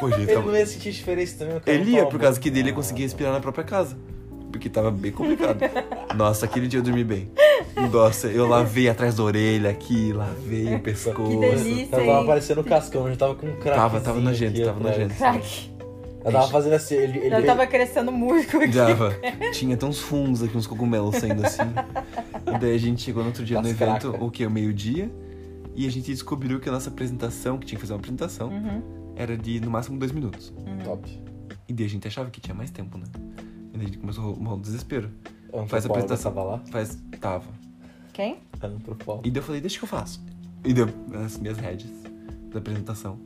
S10: Pô, gente,
S6: Ele
S10: tava...
S6: não ia sentir diferença também, um o tá cara
S10: Ele
S6: não
S10: ia,
S6: toma.
S10: por causa que dele ia conseguir respirar na própria casa. Porque tava bem complicado. Nossa, aquele dia eu dormi bem. Nossa, eu lavei atrás da orelha aqui, lavei o
S2: Que
S10: pescoço.
S2: delícia,
S6: Ela tava
S2: hein?
S6: parecendo o Cascão, já tava com um craque.
S10: Tava, tava nojento, tava nojento.
S2: Crack.
S6: Ela tava fazendo assim, ele. ele
S2: Já tava crescendo músculo aqui.
S10: Dava. Tinha até uns fungos aqui, uns cogumelos saindo assim. E daí a gente chegou no outro dia no
S6: As
S10: evento,
S6: cracas.
S10: o que? Meio-dia. E a gente descobriu que a nossa apresentação, que tinha que fazer uma apresentação,
S2: Uhum.
S10: era de no máximo dois minutos.
S6: Top.
S10: E daí a gente achava que tinha mais tempo, né? E daí a gente começou a rolar um desespero. Faz a
S6: Antropólogo
S10: apresentação.
S6: Tava lá.
S10: Faz. Tava.
S2: Quem?
S6: Antropólogo.
S10: E daí eu falei, deixa que eu faço. E deu as minhas redes da apresentação.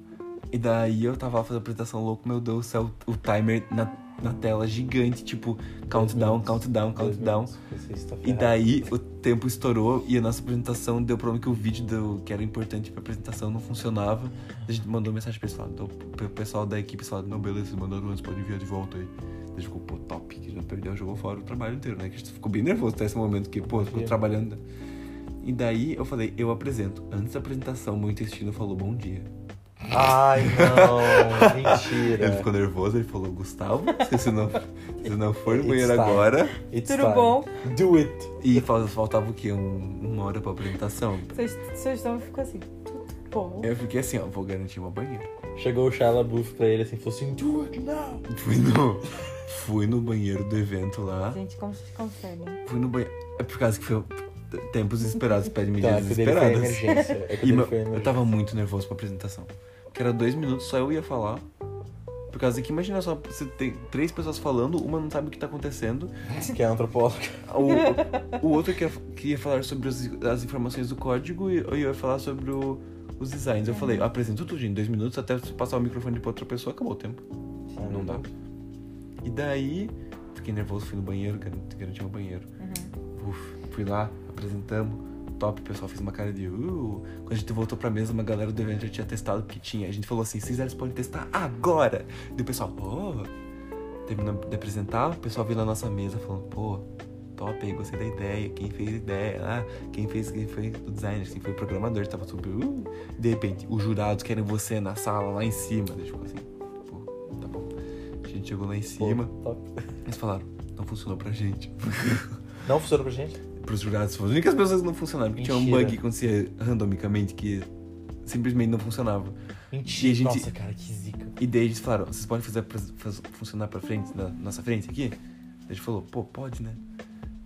S10: E daí eu tava lá fazendo a apresentação louco, meu Deus do céu, o timer na, na tela gigante, tipo, countdown,
S6: minutos.
S10: countdown,
S6: Dois
S10: countdown.
S6: minutos, você está
S10: E
S6: ferrado.
S10: daí o tempo estourou e a nossa apresentação deu problema que o vídeo do- que era importante pra apresentação não funcionava. A gente mandou mensagem pro pessoal, do- pro pessoal da equipe pessoal, não, beleza, vocês mandaram antes, pode enviar de volta aí. A gente ficou, pô, top, que já perdeu, jogou fora o trabalho inteiro, né? Que a gente ficou bem nervoso até esse momento, que, pô, ficou trabalhando. né? E daí eu falei, eu apresento. Antes da apresentação, meu intestino falou bom dia.
S6: Ai, não.
S10: Ele
S6: mentira.
S10: ficou nervoso, ele falou, Gustavo, se você não, se você não for no
S6: It's
S10: banheiro
S6: time.
S10: agora.
S6: It's
S2: Tudo
S6: time.
S2: bom?
S6: Do it.
S10: E fal- faltava o quê? Um- uma hora pra apresentação?
S2: Vocês vocês estão ficou assim, tudo bom.
S10: Eu fiquei assim, ó, vou garantir uma banheira.
S6: Chegou o Shia LaBeouf pra ele assim, falou assim, do it now.
S10: Fui no, fui no banheiro do evento lá.
S2: Gente, como vocês conseguem?
S10: Fui no banheiro. É por causa que foi tempos desesperados, pede
S6: Tá,
S10: medidas
S6: é que dele foi
S10: desesperadas.
S6: emergência. É que
S10: E
S6: dele
S10: meu-
S6: foi
S10: eu
S6: emergência.
S10: tava muito nervoso pra apresentação. Porque era dois minutos, só eu ia falar. Por causa que, imagina só, você tem três pessoas falando, uma não sabe o que tá acontecendo,
S6: Que é antropólogo.
S10: o, o outro quer, queria falar sobre as, as informações do código e eu ia falar sobre o- os designs. Eu falei, apresento tudo em dois minutos até você passar o microfone pra outra pessoa, acabou o tempo. Não dá. E daí, fiquei nervoso, fui no banheiro, garanti, garanti meu banheiro. Uf, fui lá, apresentamos. Top, o pessoal fez uma cara de uh. Quando a gente voltou pra mesa, uma galera do evento já tinha testado o que tinha. A gente falou assim: vocês eles podem testar agora. E o pessoal, oh. Terminamos de apresentar, o pessoal veio na nossa mesa falando: pô, top aí, gostei da ideia. Quem fez a ideia? Ah, quem fez, quem foi o designer, quem foi o programador, tava super. Uh. De repente, os jurados querem você na sala lá em cima. Deixa eu assim: pô, tá bom. A gente chegou lá em cima.
S6: Pô, top.
S10: Eles falaram, Não funcionou pra gente.
S6: Não funcionou pra gente?
S10: Pros jurados, foi as únicas pessoas que não funcionaram. Porque tinha um
S6: Mentira.
S10: bug que acontecia randomicamente que simplesmente não funcionava.
S6: Mentira.
S10: E a gente-
S6: Nossa, cara, que zica.
S10: E daí eles falaram, vocês podem fazer pra- faz- funcionar pra frente, na nossa frente aqui? Daí a gente falou, pô, pode, né?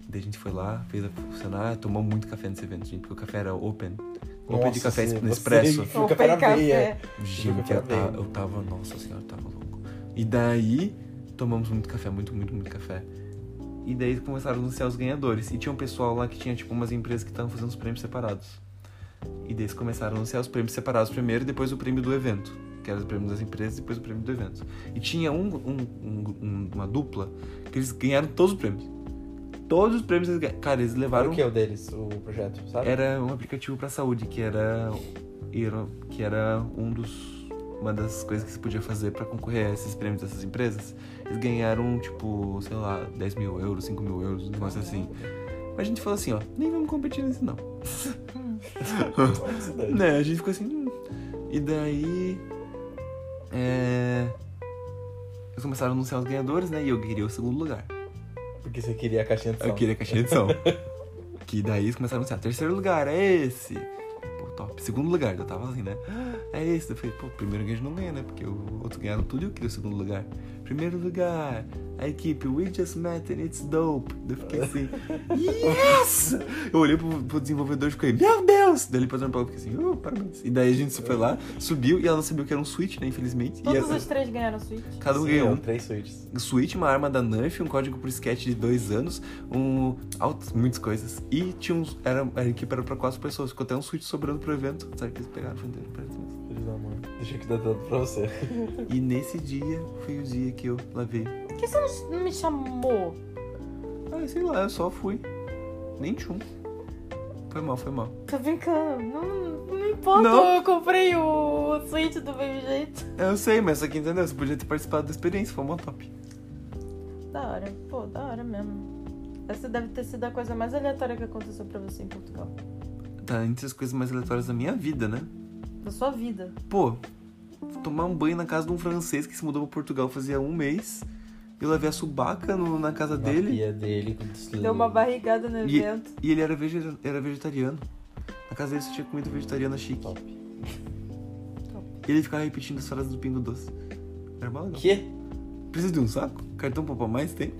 S10: Daí a gente foi lá, fez a funcionar, tomou muito café nesse evento, gente, porque o café era open. Open de
S6: Nossa,
S10: café
S6: você-
S10: Nespresso.
S6: você Fica pra veia.
S10: Gente,
S6: Fica
S10: eu
S6: pra
S10: tava,
S6: ver.
S10: eu tava, nossa senhora, eu tava louco. E daí, tomamos muito café, muito, muito, muito café. E daí começaram a anunciar os ganhadores. E tinha um pessoal lá que tinha, tipo, umas empresas que estavam fazendo os prêmios separados. E daí eles começaram a anunciar os prêmios separados primeiro e depois o prêmio do evento. Que era o prêmio das empresas e depois o prêmio do evento. E tinha um, um- um- um- uma dupla que eles ganharam todos os prêmos. Todos os prêmios eles ganharam. Cara, eles
S6: Para
S10: levaram
S6: o que é o deles, o projeto, sabe?
S10: era um aplicativo pra saúde que era era- que era um dos uma das coisas que se podia fazer pra concorrer a esses prêmios dessas empresas. Eles ganharam tipo, sei lá, 10 mil euros, 5 mil euros, um negócio assim. Mas a gente falou assim, ó, nem vamos competir nisso não. né? A gente ficou assim. "Hum." E daí. É... Eles começaram a anunciar os ganhadores, né? E eu queria o segundo lugar.
S6: Porque você queria a caixinha de som.
S10: Eu queria a caixinha de som. que daí eles começaram a anunciar. Terceiro lugar, é esse. Pô, top. Segundo lugar, eu tava assim, né? "Ah, É esse. Eu falei, pô, primeiro que a gente não ganha, né? Porque o outro ganharam tudo e eu queria o segundo lugar. Primeiro lugar, a equipe We Just Met and It's Dope. Daí Eu fiquei assim, yes! Eu olhei pro, pro desenvolvedor e fiquei, meu Deus! Daí ele passou no palco e fiquei assim, oh, parabéns. E daí a gente foi lá, subiu e ela não sabia o que era um Switch, né? Infelizmente.
S2: Todos
S10: e
S2: os três ganharam suíte.
S10: cada um
S6: Sim, é.
S10: ganhou um.
S6: eram Três suítes.
S10: Switch, uma arma da Nerf, um código pro sketch de dois anos, um. altas, muitas coisas. E tinha uns. Era, a equipe era pra quatro pessoas, ficou até um Switch sobrando pro evento. Sabe que eles pegaram foi inteiro pra trás.
S6: Filho da mãe. Deixa eu que dar tanto pra você.
S10: É E nesse dia foi o dia que eu lavei.
S2: Por que você não me chamou?
S10: Ah, sei lá, eu só fui. Nem tchum. Foi mal, foi mal.
S2: Tô brincando. Não, não importa.
S10: Não.
S2: Eu comprei o suíte do mesmo jeito.
S10: Eu sei, mas só que entendeu? Você podia ter participado da experiência, foi mó top.
S2: Da hora. Pô, da hora mesmo. Essa deve ter sido a coisa mais aleatória que aconteceu pra você em Portugal.
S10: Tá entre as coisas mais aleatórias da minha vida, né?
S2: Da sua vida.
S10: Pô, tomar um banho na casa de um francês que se mudou pra Portugal fazia um mês. Eu lavei a subaca no- na casa
S6: Na
S10: dele.
S6: pia é dele.
S2: Deu uma barrigada no
S10: Hum. E-
S2: evento.
S10: E ele era, vege- era vegetariano. Na casa dele só tinha comida vegetariana chique.
S6: Top.
S10: E ele ficava repetindo as frases do Pingo Doce. Era mal legal.
S6: Que?
S10: Precisa de um saco? Cartão pra mais tem?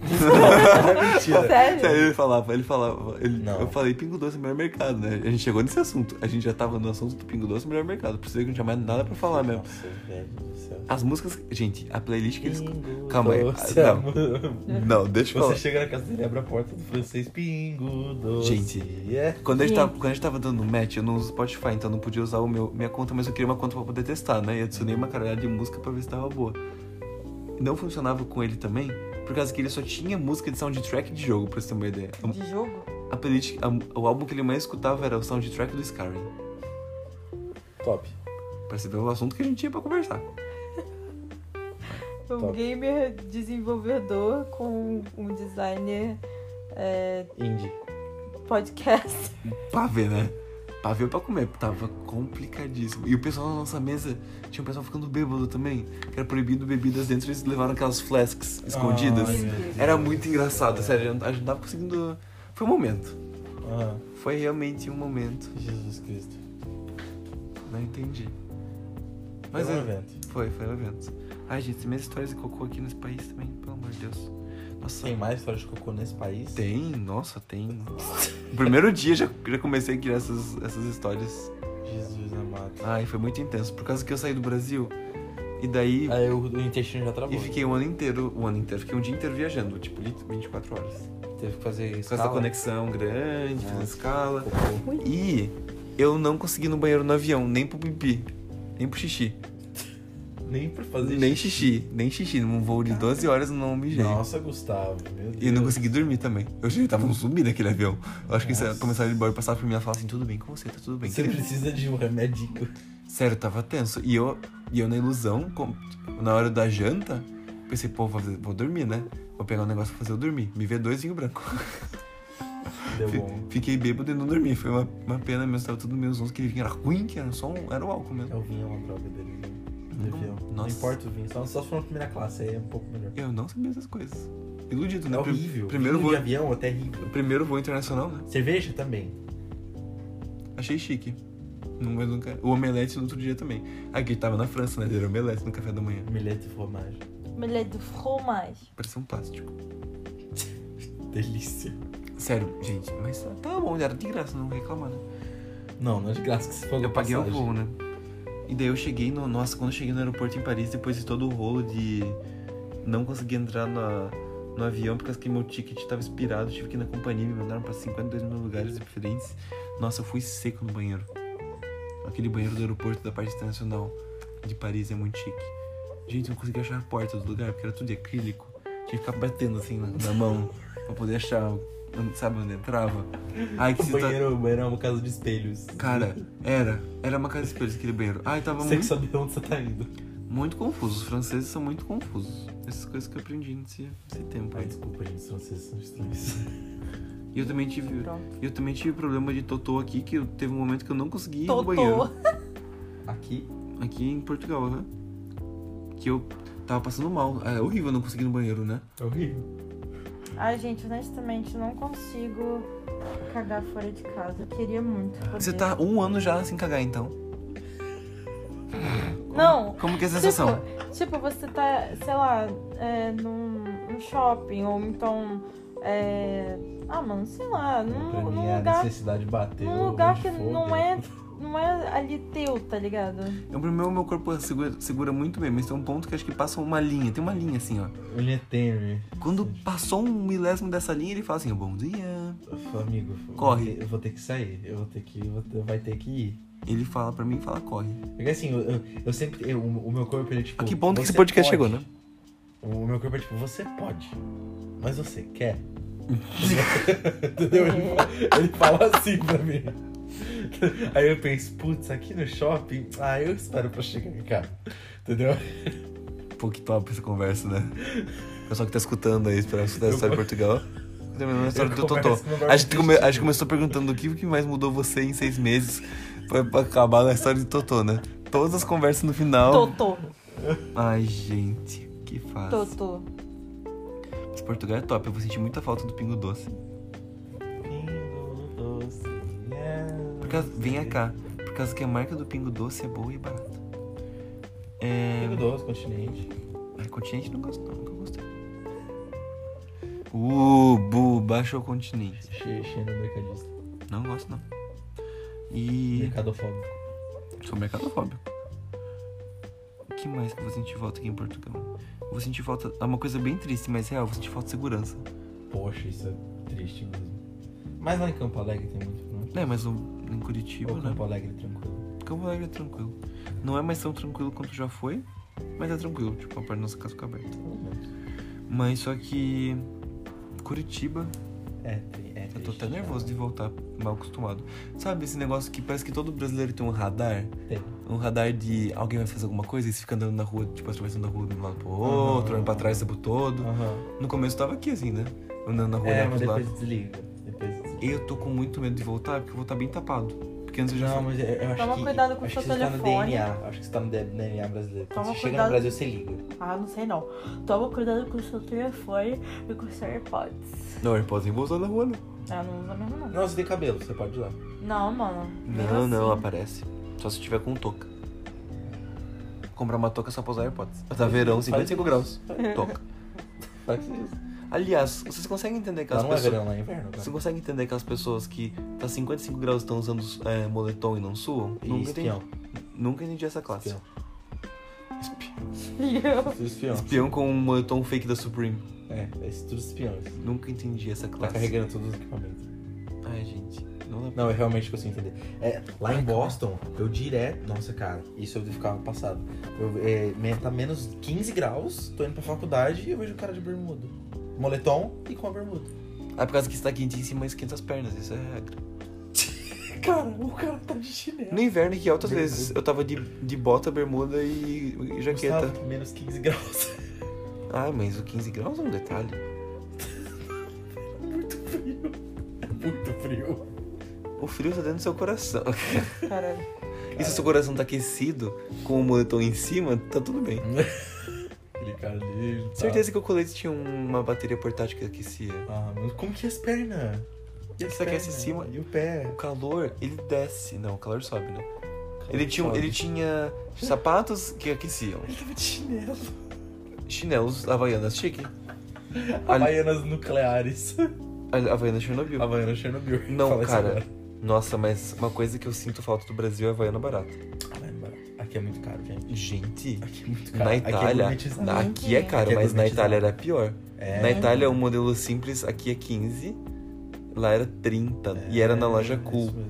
S6: Mentira.
S10: Aí
S2: Sério?
S10: ele falava, ele falava. ele-
S6: Não.
S10: eu falei, Pingo Doce é melhor mercado, né? A gente chegou nesse assunto. A gente já tava no assunto do Pingo Doce é melhor mercado. Precisa que não tinha mais nada pra falar mesmo.
S6: Nossa, velho do céu.
S10: As músicas. Gente, a playlist que eles.
S6: Pingo
S10: Calma aí.
S6: doce,
S10: Ah,
S6: amor.
S10: Não, deixa eu
S6: Você
S10: falar.
S6: chega na casa dele, abre a porta do francês, pingo doce.
S10: Gente.
S6: é.
S10: Quando a, gente
S2: Sim.
S10: tava, quando a gente tava dando match, eu não uso Spotify, então eu não podia usar o meu, minha conta, mas eu queria uma conta pra poder testar, né? E adicionei uma caralhada de música pra ver se tava boa. Não funcionava com ele também, por causa que ele só tinha música de soundtrack de jogo, pra você ter uma ideia. Então,
S2: De jogo?
S10: A playlist, a- o álbum que ele mais escutava era o soundtrack do Skyrim.
S6: Top.
S10: Pra você ver o assunto que a gente tinha pra conversar.
S2: Um
S6: Top.
S2: gamer desenvolvedor com um designer é,
S6: Indie.
S2: podcast.
S10: Pra ver, né? Pra ver ou pra comer. Tava complicadíssimo. E o pessoal na nossa mesa, tinha um pessoal ficando bêbado também, que era proibido bebidas dentro, eles levaram aquelas flasks escondidas.
S6: Ai, meu Deus.
S10: Era muito engraçado, sério. eu não- A gente não tava conseguindo. Foi um momento.
S6: Ah,
S10: Foi realmente um momento.
S6: Jesus Cristo.
S10: Não entendi.
S6: Mas
S10: Mas
S6: é um
S10: é-
S6: evento.
S10: foi, foi um evento. Ai, gente, tem minhas histórias de cocô aqui nesse país também, pelo amor de Deus. Nossa,
S6: Tem mais história de cocô nesse país?
S10: tem, nossa, tem. O primeiro dia já, já comecei a criar essas, essas histórias.
S6: Jesus amado.
S10: Ai, foi muito intenso. Por causa que eu saí do Brasil e daí.
S6: Aí o, o intestino já travou.
S10: E fiquei um ano inteiro, um ano inteiro, fiquei um dia inteiro viajando, tipo, lit- 24 horas.
S6: Teve que fazer
S10: Por causa da
S6: escala. Ah.
S10: conexão grande, fazendo escala.
S6: Cocô.
S10: E eu não consegui ir no banheiro no avião, nem pro pipi, nem pro xixi.
S6: Nem pra fazer
S10: nem xixi. nem xixi. Num voo de 12 horas eu não mijei.
S6: Nossa, Gustavo, meu Deus.
S10: E eu não consegui dormir também. Eu achei que tava um zumbi naquele avião. Eu acho que eles começaram a ir embora e passaram por mim e falaram assim, tudo bem com você, tá tudo bem.
S6: Você
S10: querido."
S6: precisa de um remedinho.
S10: Sério, eu tava tenso. E eu, e eu na ilusão, com- na hora da janta, pensei, pô, vou, fazer- vou dormir, né? Vou pegar um negócio pra fazer eu dormir. Me vê dois vinho branco.
S6: Deu
S10: Fi-
S6: bom.
S10: Fiquei bêbado e não dormi. Foi uma, uma pena mesmo, tava tudo meio zonzo, que vinho era ruim, que era só um, era o álcool mesmo.
S6: É o vinho, é uma droga dele. Vinho.
S10: Não-
S6: Não, não
S10: Uhum. nossa.
S6: importa o vinho, só, só se for na primeira classe, aí é um pouco melhor.
S10: Eu não sabia essas coisas. iludido, né?
S6: É
S10: Pri-
S6: horrível.
S10: Primeiro
S6: Giro
S10: voo,
S6: de avião é terrível.
S10: primeiro voo internacional, né?
S6: Cerveja também.
S10: Achei chique. Não, mas nunca... O omelete do outro dia também. Aqui tava na França, né? Era omelete no café da manhã.
S6: Milhete de fromage.
S2: é
S4: Mulher do fromage.
S10: Parecia um plástico.
S6: Delícia.
S10: Sério, gente, mas tá bom, era de graça, não vou reclamar, né?
S6: Não, não é de graça que você pagou
S10: Eu paguei o
S6: passagem.
S10: voo, né? E daí eu cheguei no. Nossa, quando eu cheguei no aeroporto em Paris, depois de todo o rolo de não conseguir entrar na, no avião porque que meu ticket tava expirado, tive que ir na companhia, me mandaram pra 52 mil lugares diferentes. Nossa, eu fui seco no banheiro. Aquele banheiro do aeroporto da parte internacional de Paris é muito chique. Gente, eu não consegui achar a porta do lugar porque era tudo de acrílico. Tinha que ficar batendo assim na, na mão pra poder achar, sabe, onde entrava. Ai, que
S6: O
S10: situa-
S6: banheiro, o banheiro é uma casa de espelhos.
S10: Cara, era. Era uma casa de espelhos aquele banheiro. Ai, tava
S6: Você que
S10: muito,
S6: sabe de onde você tá indo.
S10: muito confuso. Os franceses são muito confusos. Essas coisas que eu aprendi nesse, nesse tempo.
S6: Ai,
S10: aí.
S6: desculpa, gente, os franceses são estranhos.
S10: E eu também tive.
S4: Pronto.
S10: Eu também tive problema de totô aqui, que eu- teve um momento que eu não consegui ir no banheiro.
S4: Totô.
S6: Aqui,
S10: Aqui em Portugal, né? Que eu tava passando mal. É horrível eu não conseguir ir no banheiro, né?
S6: é horrível.
S4: Ai, gente, honestamente, não consigo cagar fora de casa. Eu queria muito. Poder.
S10: Você tá um ano já sem cagar, então.
S4: Não!
S10: Como que é a sensação?
S4: Tipo, tipo, você tá, sei lá, é, num, num shopping ou então. é, Ah, mano, sei lá,
S6: pra
S4: num,
S6: mim,
S4: num
S6: é ah, a
S4: lugar.
S6: necessidade bateu.
S4: Num lugar
S6: onde
S4: que
S6: for,
S4: não
S6: deu.
S4: é. Não é ali teu, tá ligado?
S10: Eu, primeiro, meu corpo segura, segura muito bem, mas tem um ponto que acho que passa uma linha. Tem uma linha assim, ó.
S6: Ele é tênue.
S10: Quando passou um milésimo dessa linha, ele fala assim: bom dia.
S6: Amigo, eu
S10: Corre.
S6: vou ter- Eu vou ter que sair. Eu vou ter que. eu vou ter- vai ter que ir.
S10: Ele fala pra mim e fala: corre.
S6: Porque assim, eu, eu, eu sempre. eu- o meu corpo, ele é tipo.
S10: A Ah, que ponto que
S6: você
S10: esse podcast
S6: pode.
S10: chegou, né?
S6: O meu corpo é tipo, você pode. Mas você quer.
S4: É,
S6: Entendeu? Ele Ele fala assim pra mim. Aí eu penso, putz, aqui no shopping, ah, eu espero pra chegar em casa. Entendeu?
S10: Pô, que top essa conversa, né? O pessoal que tá escutando aí, esperando escutar a história de Portugal. Terminando a história
S6: Eu
S10: do Totó.
S6: converso com o meu
S10: A gente, come-
S6: artista.
S10: a gente começou perguntando o que, o que mais mudou você em seis meses pra, pra acabar na história de Totó, né? Todas as conversas no final.
S4: Totô,
S10: Ai, gente, que fácil.
S4: Totô.
S10: Esse Portugal é top, eu vou sentir muita falta do Pingo Doce.
S6: Pingo doce, yeah.
S10: Por causa, venha cá, por causa que a marca do Pingo Doce é boa e barata. É.
S6: Pingo doce, continente.
S10: Ai, continente não gosto, não, nunca gostei. Uh, bu, baixou o continente.
S6: Che- Cheio no mercadista.
S10: Não gosto, não. E.
S6: Mercadofóbico.
S10: Sou mercadofóbico. O que mais que eu vou sentir falta aqui em Portugal? Eu Vou sentir falta. É uma coisa bem triste, mas real, eu vou sentir falta de segurança.
S6: Poxa, isso é triste mesmo. Mas lá em Campo Alegre tem muito, né?
S10: É, mas o- em Curitiba,
S6: Ou
S10: né?
S6: Campo Alegre tranquilo.
S10: Campo Alegre é tranquilo. Não é mais tão tranquilo quanto já foi, mas é tranquilo. Tipo, a parte da nossa casa fica aberta. Mas só que. Curitiba,
S6: É, tem- é
S10: eu tô
S6: triste,
S10: até nervoso de voltar mal acostumado. Sabe esse negócio que parece que todo brasileiro tem um radar?
S6: cara. Tem.
S10: um radar de alguém vai fazer alguma coisa e você fica andando na rua, tipo, atravessando a rua de um lado pro outro, olhando pra trás o tempo todo.
S6: Aham.
S10: No começo eu tava aqui, assim, né? Andando na rua,
S6: É,
S10: olhando
S6: mas
S10: pros
S6: depois
S10: lados.
S6: desliga. Depois desliga.
S10: Eu tô com muito medo de voltar, porque eu vou estar bem tapado. Porque antes eu já
S6: Não,
S10: fui.
S6: mas é, eu- eu acho
S4: Toma
S6: que.
S4: cuidado com o
S6: acho
S4: seu
S6: que você tá no
S4: telefone.
S6: DNA. Acho que você tá no DNA brasileiro. Quando
S4: Toma
S6: você chega
S4: cuidado.
S6: no Brasil, você liga.
S4: Ah, não sei não. Toma cuidado com o seu telefone e com o seu AirPods.
S10: Não, ele pode voltar na rua, né?
S4: Ah, não usa mesmo não.
S6: Não, você tem cabelo, você pode ir lá.
S4: Não, mano.
S10: Não, é assim. não, aparece. Só se tiver com touca. Comprar uma touca só pra usar AirPods. Tá verão, 55 graus. Toca.
S6: Faz isso.
S10: Aliás, vocês conseguem entender que
S6: Lá
S10: as
S6: não é
S10: pessoas.
S6: verão, lá é inverno. cara.
S10: Você consegue entender que as pessoas que tá 55 graus estão usando é, moletom e não suam?
S6: E
S10: Nunca entendi.
S6: espião.
S10: Nunca entendi essa classe.
S6: Espião.
S10: Espião,
S6: Espião.
S10: com um moletom fake da Supreme.
S6: É, é isso tudo espião. isso.
S10: Nunca entendi essa
S6: Tá
S10: classe.
S6: carregando todos os equipamentos.
S10: Ai, gente. Não dá
S6: Não, eu realmente consigo entender. É, lá em Boston, eu direto. Nossa, cara, isso eu ficava passado. Eu, é, me- tá menos 15 graus, tô indo pra faculdade e eu vejo o cara de bermuda. Moletom e com a bermuda.
S10: Ah, por causa que está quente em cima esquenta as pernas. Isso é regra.
S6: Cara, o cara tá de chinelo.
S10: No inverno, que altas
S6: Bermuda.
S10: vezes eu tava de, de bota, bermuda e, e jaqueta.
S6: Gustavo, menos 15 graus.
S10: Ah, mas o 15 graus é um detalhe.
S6: é Muito frio.
S10: O frio tá dentro do seu coração.
S4: Cara,
S10: E se o seu coração tá aquecido, com o moletom em cima, tá tudo bem.
S6: Aquele cara ali. tá.
S10: Ah.
S1: Certeza que o colete tinha uma bateria portátil que aquecia.
S6: Ah, mas como que é as pernas? E
S1: Ele
S6: as
S1: só aquece
S6: pernas?
S1: em cima.
S6: E o pé?
S1: O calor, ele desce. Não, o calor sobe, né? Ele tinha, um, ele tinha sapatos que aqueciam.
S6: Ele tava de chinelo.
S1: Chinelos havaianas chique.
S6: Havaianas nucleares.
S1: A- Havaianas Chernobyl.
S6: Havaianas Chernobyl.
S1: Não,
S6: Fala isso
S1: cara.
S6: agora.
S1: Nossa, mas uma coisa que eu sinto falta do Brasil é Havaiana barata.
S6: Havaiana barata. Aqui é muito caro, gente.
S1: Gente,
S6: Aqui é muito caro.
S1: na
S6: Aqui é
S1: Itália.
S6: gourmetizado.
S1: na- Aqui é caro,
S6: Aqui
S1: mas na
S6: é gourmetizado.
S1: Itália era pior.
S6: É.
S1: Na Itália, um modelo simples aqui é 15, lá era 30. e era na loja
S6: É, isso
S1: Cool.
S6: mesmo.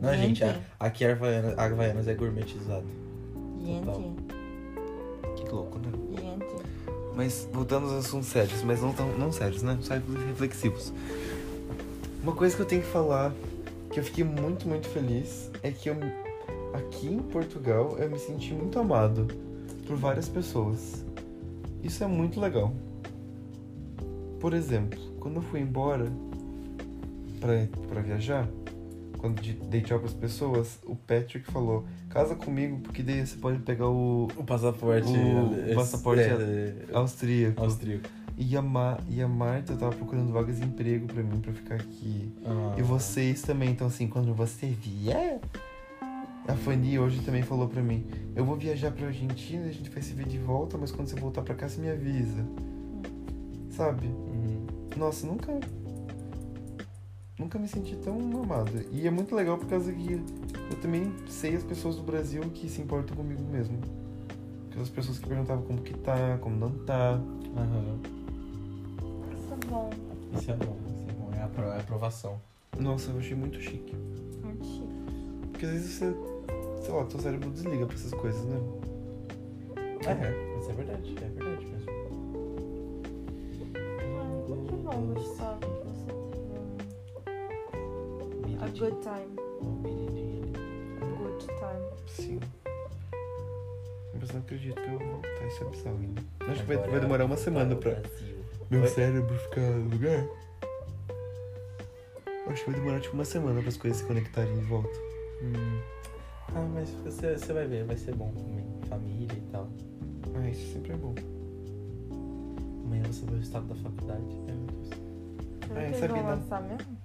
S6: Não, gente, a- aqui a Havaiana- a Havaianas é gourmetizado. Total.
S2: Gente,
S1: Que louco, né?
S2: gente.
S1: Mas voltando aos assuntos sérios, mas não, tão, não sérios, né? Só reflexivos. Uma coisa que eu tenho que falar, que eu fiquei muito, muito feliz, é que eu, aqui em Portugal eu me senti muito amado por várias pessoas. Isso é muito legal. Por exemplo, quando eu fui embora pra, pra viajar, quando de- dei tchau pras pessoas, o Patrick falou: casa comigo, porque daí você pode pegar o
S6: O passaporte.
S1: O
S6: esse-
S1: passaporte
S6: é,
S1: austríaco.
S6: austríaco.
S1: E a, Ma- e a Marta tava procurando vagas de emprego pra mim, pra ficar aqui.
S6: Ah.
S1: E vocês também, então assim, quando você vier... A Fanny hoje também falou pra mim, eu vou viajar pra Argentina, a gente vai se ver de volta, mas quando você voltar pra cá, você me avisa. Sabe?
S6: Uhum.
S1: Nossa, nunca... Nunca me senti tão amado. E é muito legal por causa que eu também sei as pessoas do Brasil que se importam comigo mesmo. Aquelas pessoas que perguntavam como que tá, como não tá.
S6: Aham.
S4: Tá
S2: Isso é bom.
S6: Isso é bom, isso é bom. É a apro- é a aprovação.
S1: Nossa, eu achei muito chique.
S2: Muito chique.
S1: Porque às vezes você, sei lá, teu cérebro desliga pra essas coisas, né?
S6: É, mas é verdade, é verdade mesmo.
S2: Ah, que bom, Gustavo, que você teve um- a good time.
S6: um
S2: Good time.
S1: Sim. Mas não acredito que eu vou voltar, isso é bizarro ainda. Acho que vai,
S6: Agora
S1: vai demorar uma semana
S6: Para o
S1: pra
S6: Brasil.
S1: meu
S6: Oi?
S1: cérebro ficar no lugar. Acho que vai demorar tipo uma semana para as coisas se conectarem de volta.
S6: Hum. Ah, mas você, você vai ver, vai ser bom também. Família e tal.
S1: Ah, isso sempre é bom.
S6: Amanhã você vê o estado da faculdade. Ai, meu Deus.
S2: Será
S1: É,
S2: que eles
S1: sabia, não.
S2: vão lançar mesmo?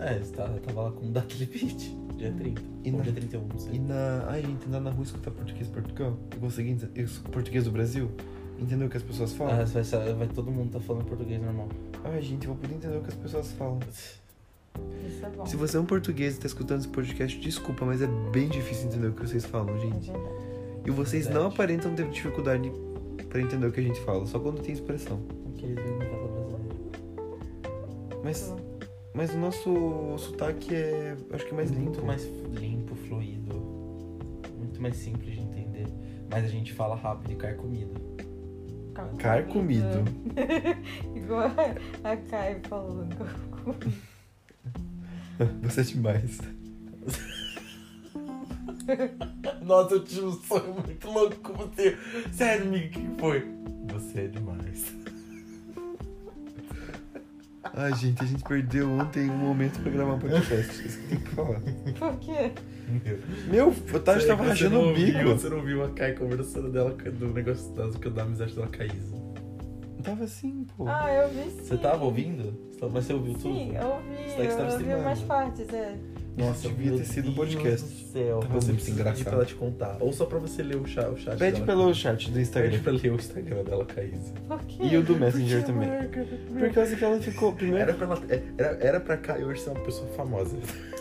S6: É, eu tava, eu tava lá com data limite. Dia 30.
S1: E
S6: ou
S1: na-
S6: dia 31, não sei.
S1: E na. Ai, gente, andar na rua e escutar português de Portugal. Eu consegui ente- eu sou português do Brasil. Entendeu o que as pessoas
S6: Ah,
S1: falam?
S6: vai, ser- vai- todo mundo tá falando português normal.
S1: Ai, gente, eu vou poder entender o que as pessoas falam.
S2: Isso é bom.
S1: Se você é um português e tá escutando esse podcast, desculpa, mas é bem difícil entender o que vocês falam,
S2: É
S1: gente.
S2: verdade.
S1: E vocês
S6: Verdade.
S1: não aparentam ter dificuldade pra entender o que a gente fala, só quando tem expressão.
S6: Porque eles vêm na casa brasileira.
S1: Mas, mas o nosso sotaque é, acho que mais
S6: Muito
S1: lindo.
S6: mais limpo, fluido. Muito mais simples de entender. Mas a gente fala rápido e cai comida.
S2: Carcomido.
S1: Carcomido.
S2: Igual a Kai falou.
S1: Você é demais.
S6: Nossa, eu tive um sonho muito louco com você. Sério, amigo, o que foi? Você é demais.
S1: Ai, gente, a gente perdeu ontem um momento pra gravar um podcast. Isso que tem que falar.
S2: Por quê?
S1: Meu, o Tati tava rachando o bico.
S6: Você não viu a Kai conversando dela com- do negócio das, que eu da amizade dela com a Isa.
S1: Tava assim, pô.
S2: Ah, eu vi sim.
S6: Você tava ouvindo? Você tava- Mas você ouviu tudo?
S2: Sim, eu ouvi.
S6: Você tá que
S2: eu
S6: estava
S2: ouvi
S6: streamando.
S2: umas partes, é.
S6: Nossa,
S1: Devia
S6: meu
S1: ter sido um
S6: Deus
S1: podcast.
S6: do céu.
S1: Tava
S6: você
S1: muito
S6: precisa
S1: engraçado.
S6: pedir pra ela te contar. Ou só pra você ler o chat. O chat
S1: Pede
S6: dela.
S1: pelo chat do Instagram.
S6: Pede pra ler o Instagram dela, Caísa.
S2: Por quê?
S1: E o do Messenger também. Por causa que ela ficou. Primeiro
S6: Era pra, ela, é, era, era pra Kai hoje ser uma pessoa famosa.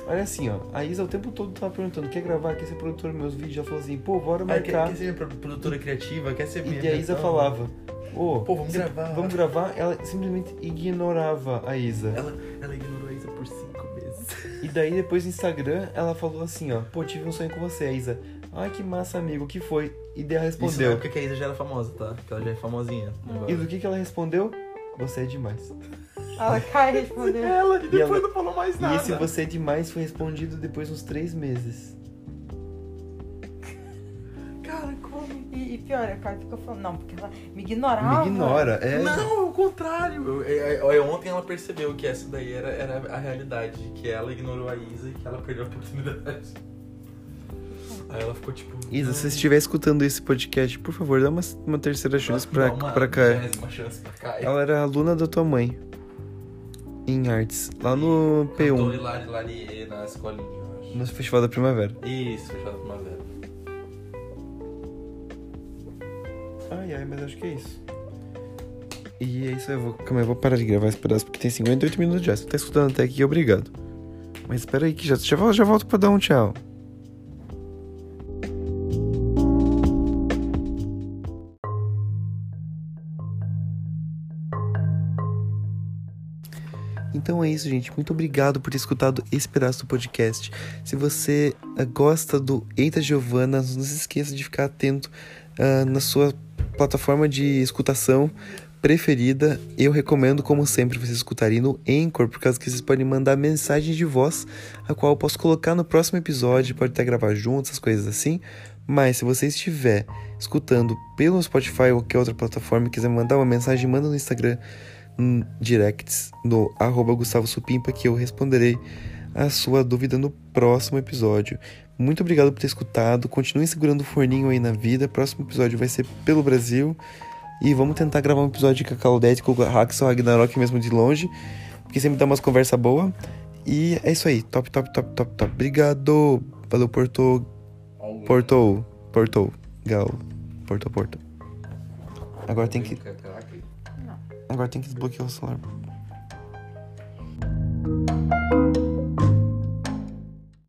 S1: Olha assim, ó. A Isa o tempo todo tava perguntando: quer gravar? Quer ser produtora dos meus vídeos? Ela falou assim: pô, bora
S6: Ah, quer,
S1: marcar.
S6: quer ser minha pro- produtora criativa? Quer ser minha
S1: e a Isa
S6: então?
S1: falava: ô,
S6: Pô, vamos
S1: sim-
S6: gravar.
S1: Vamos gravar? Ela simplesmente ignorava a Isa.
S6: Ela, ela ignorou a Isa por cinco meses.
S1: E daí depois no Instagram, ela falou assim: ó, pô, tive um sonho com você, a Isa. Ai, que massa, amigo, o que foi? E daí ela
S6: Isso na
S1: respondeu. Hum.
S6: época que a Isa já era famosa, tá? Que ela já é famosinha.
S1: E do é que, que ela respondeu? Você é demais.
S2: Ela cai e respondeu.
S6: Ela, e depois
S1: ela-
S6: não falou mais
S1: E
S6: nada.
S1: esse você é demais foi respondido depois de uns três meses.
S2: Cara, como? E, e pior, a Kai ficou falando, não, porque ela me ignorava.
S1: Me ignora, é.
S6: Não, ao contrário. Eu- eu- eu- ontem ela percebeu que essa daí era, era a realidade, que ela ignorou a Isa e que ela perdeu a oportunidade. Aí ela ficou tipo.
S1: Isa, se você estiver escutando esse podcast, por favor, dá uma, uma terceira chance pra,
S6: dá uma,
S1: pra cá.
S6: Uma chance pra cá.
S1: Ela era aluna da tua mãe. Em artes. Lá no
S6: Cantou
S1: P1.
S6: Hilari Lariê na escolinha, eu acho.
S1: No Festival da Primavera.
S6: Isso, fechado com uma velha.
S1: Ai, ai, mas acho que é isso. E é isso aí, eu vou, calma, aí, eu vou parar de gravar esse pedaço porque tem 58 minutos já. Você tá escutando até aqui, obrigado. Mas espera aí que já, já, vol- já volto pra dar um tchau. Então é isso, gente. Muito obrigado por ter escutado esse pedaço do podcast. Se você eh, gosta do Eita Giovana, não se esqueça de ficar atento ah, na sua plataforma de escutação preferida. Eu recomendo, como sempre, vocês escutarem no Anchor, por causa que vocês podem mandar mensagem de voz, a qual eu posso colocar no próximo episódio, pode até gravar junto, essas coisas assim. Mas se você estiver escutando pelo Spotify ou qualquer outra plataforma e quiser mandar uma mensagem, manda no Instagram hum, directs no arroba Gustavo Supimpa que eu responderei a sua dúvida no próximo episódio. Muito obrigado por ter escutado. Continue segurando o forninho aí na vida. Próximo episódio vai ser pelo Brasil. E vamos tentar gravar um episódio com a Claudete, com o Haxel, Ragnarok mesmo de longe. Porque sempre dá umas conversas boas. E é isso aí. Top, top, top, top, top. Obrigado. Valeu, Porto. Porto. Porto. Gal. Porto, Porto. Agora tem que. Agora tem que desbloquear o celular.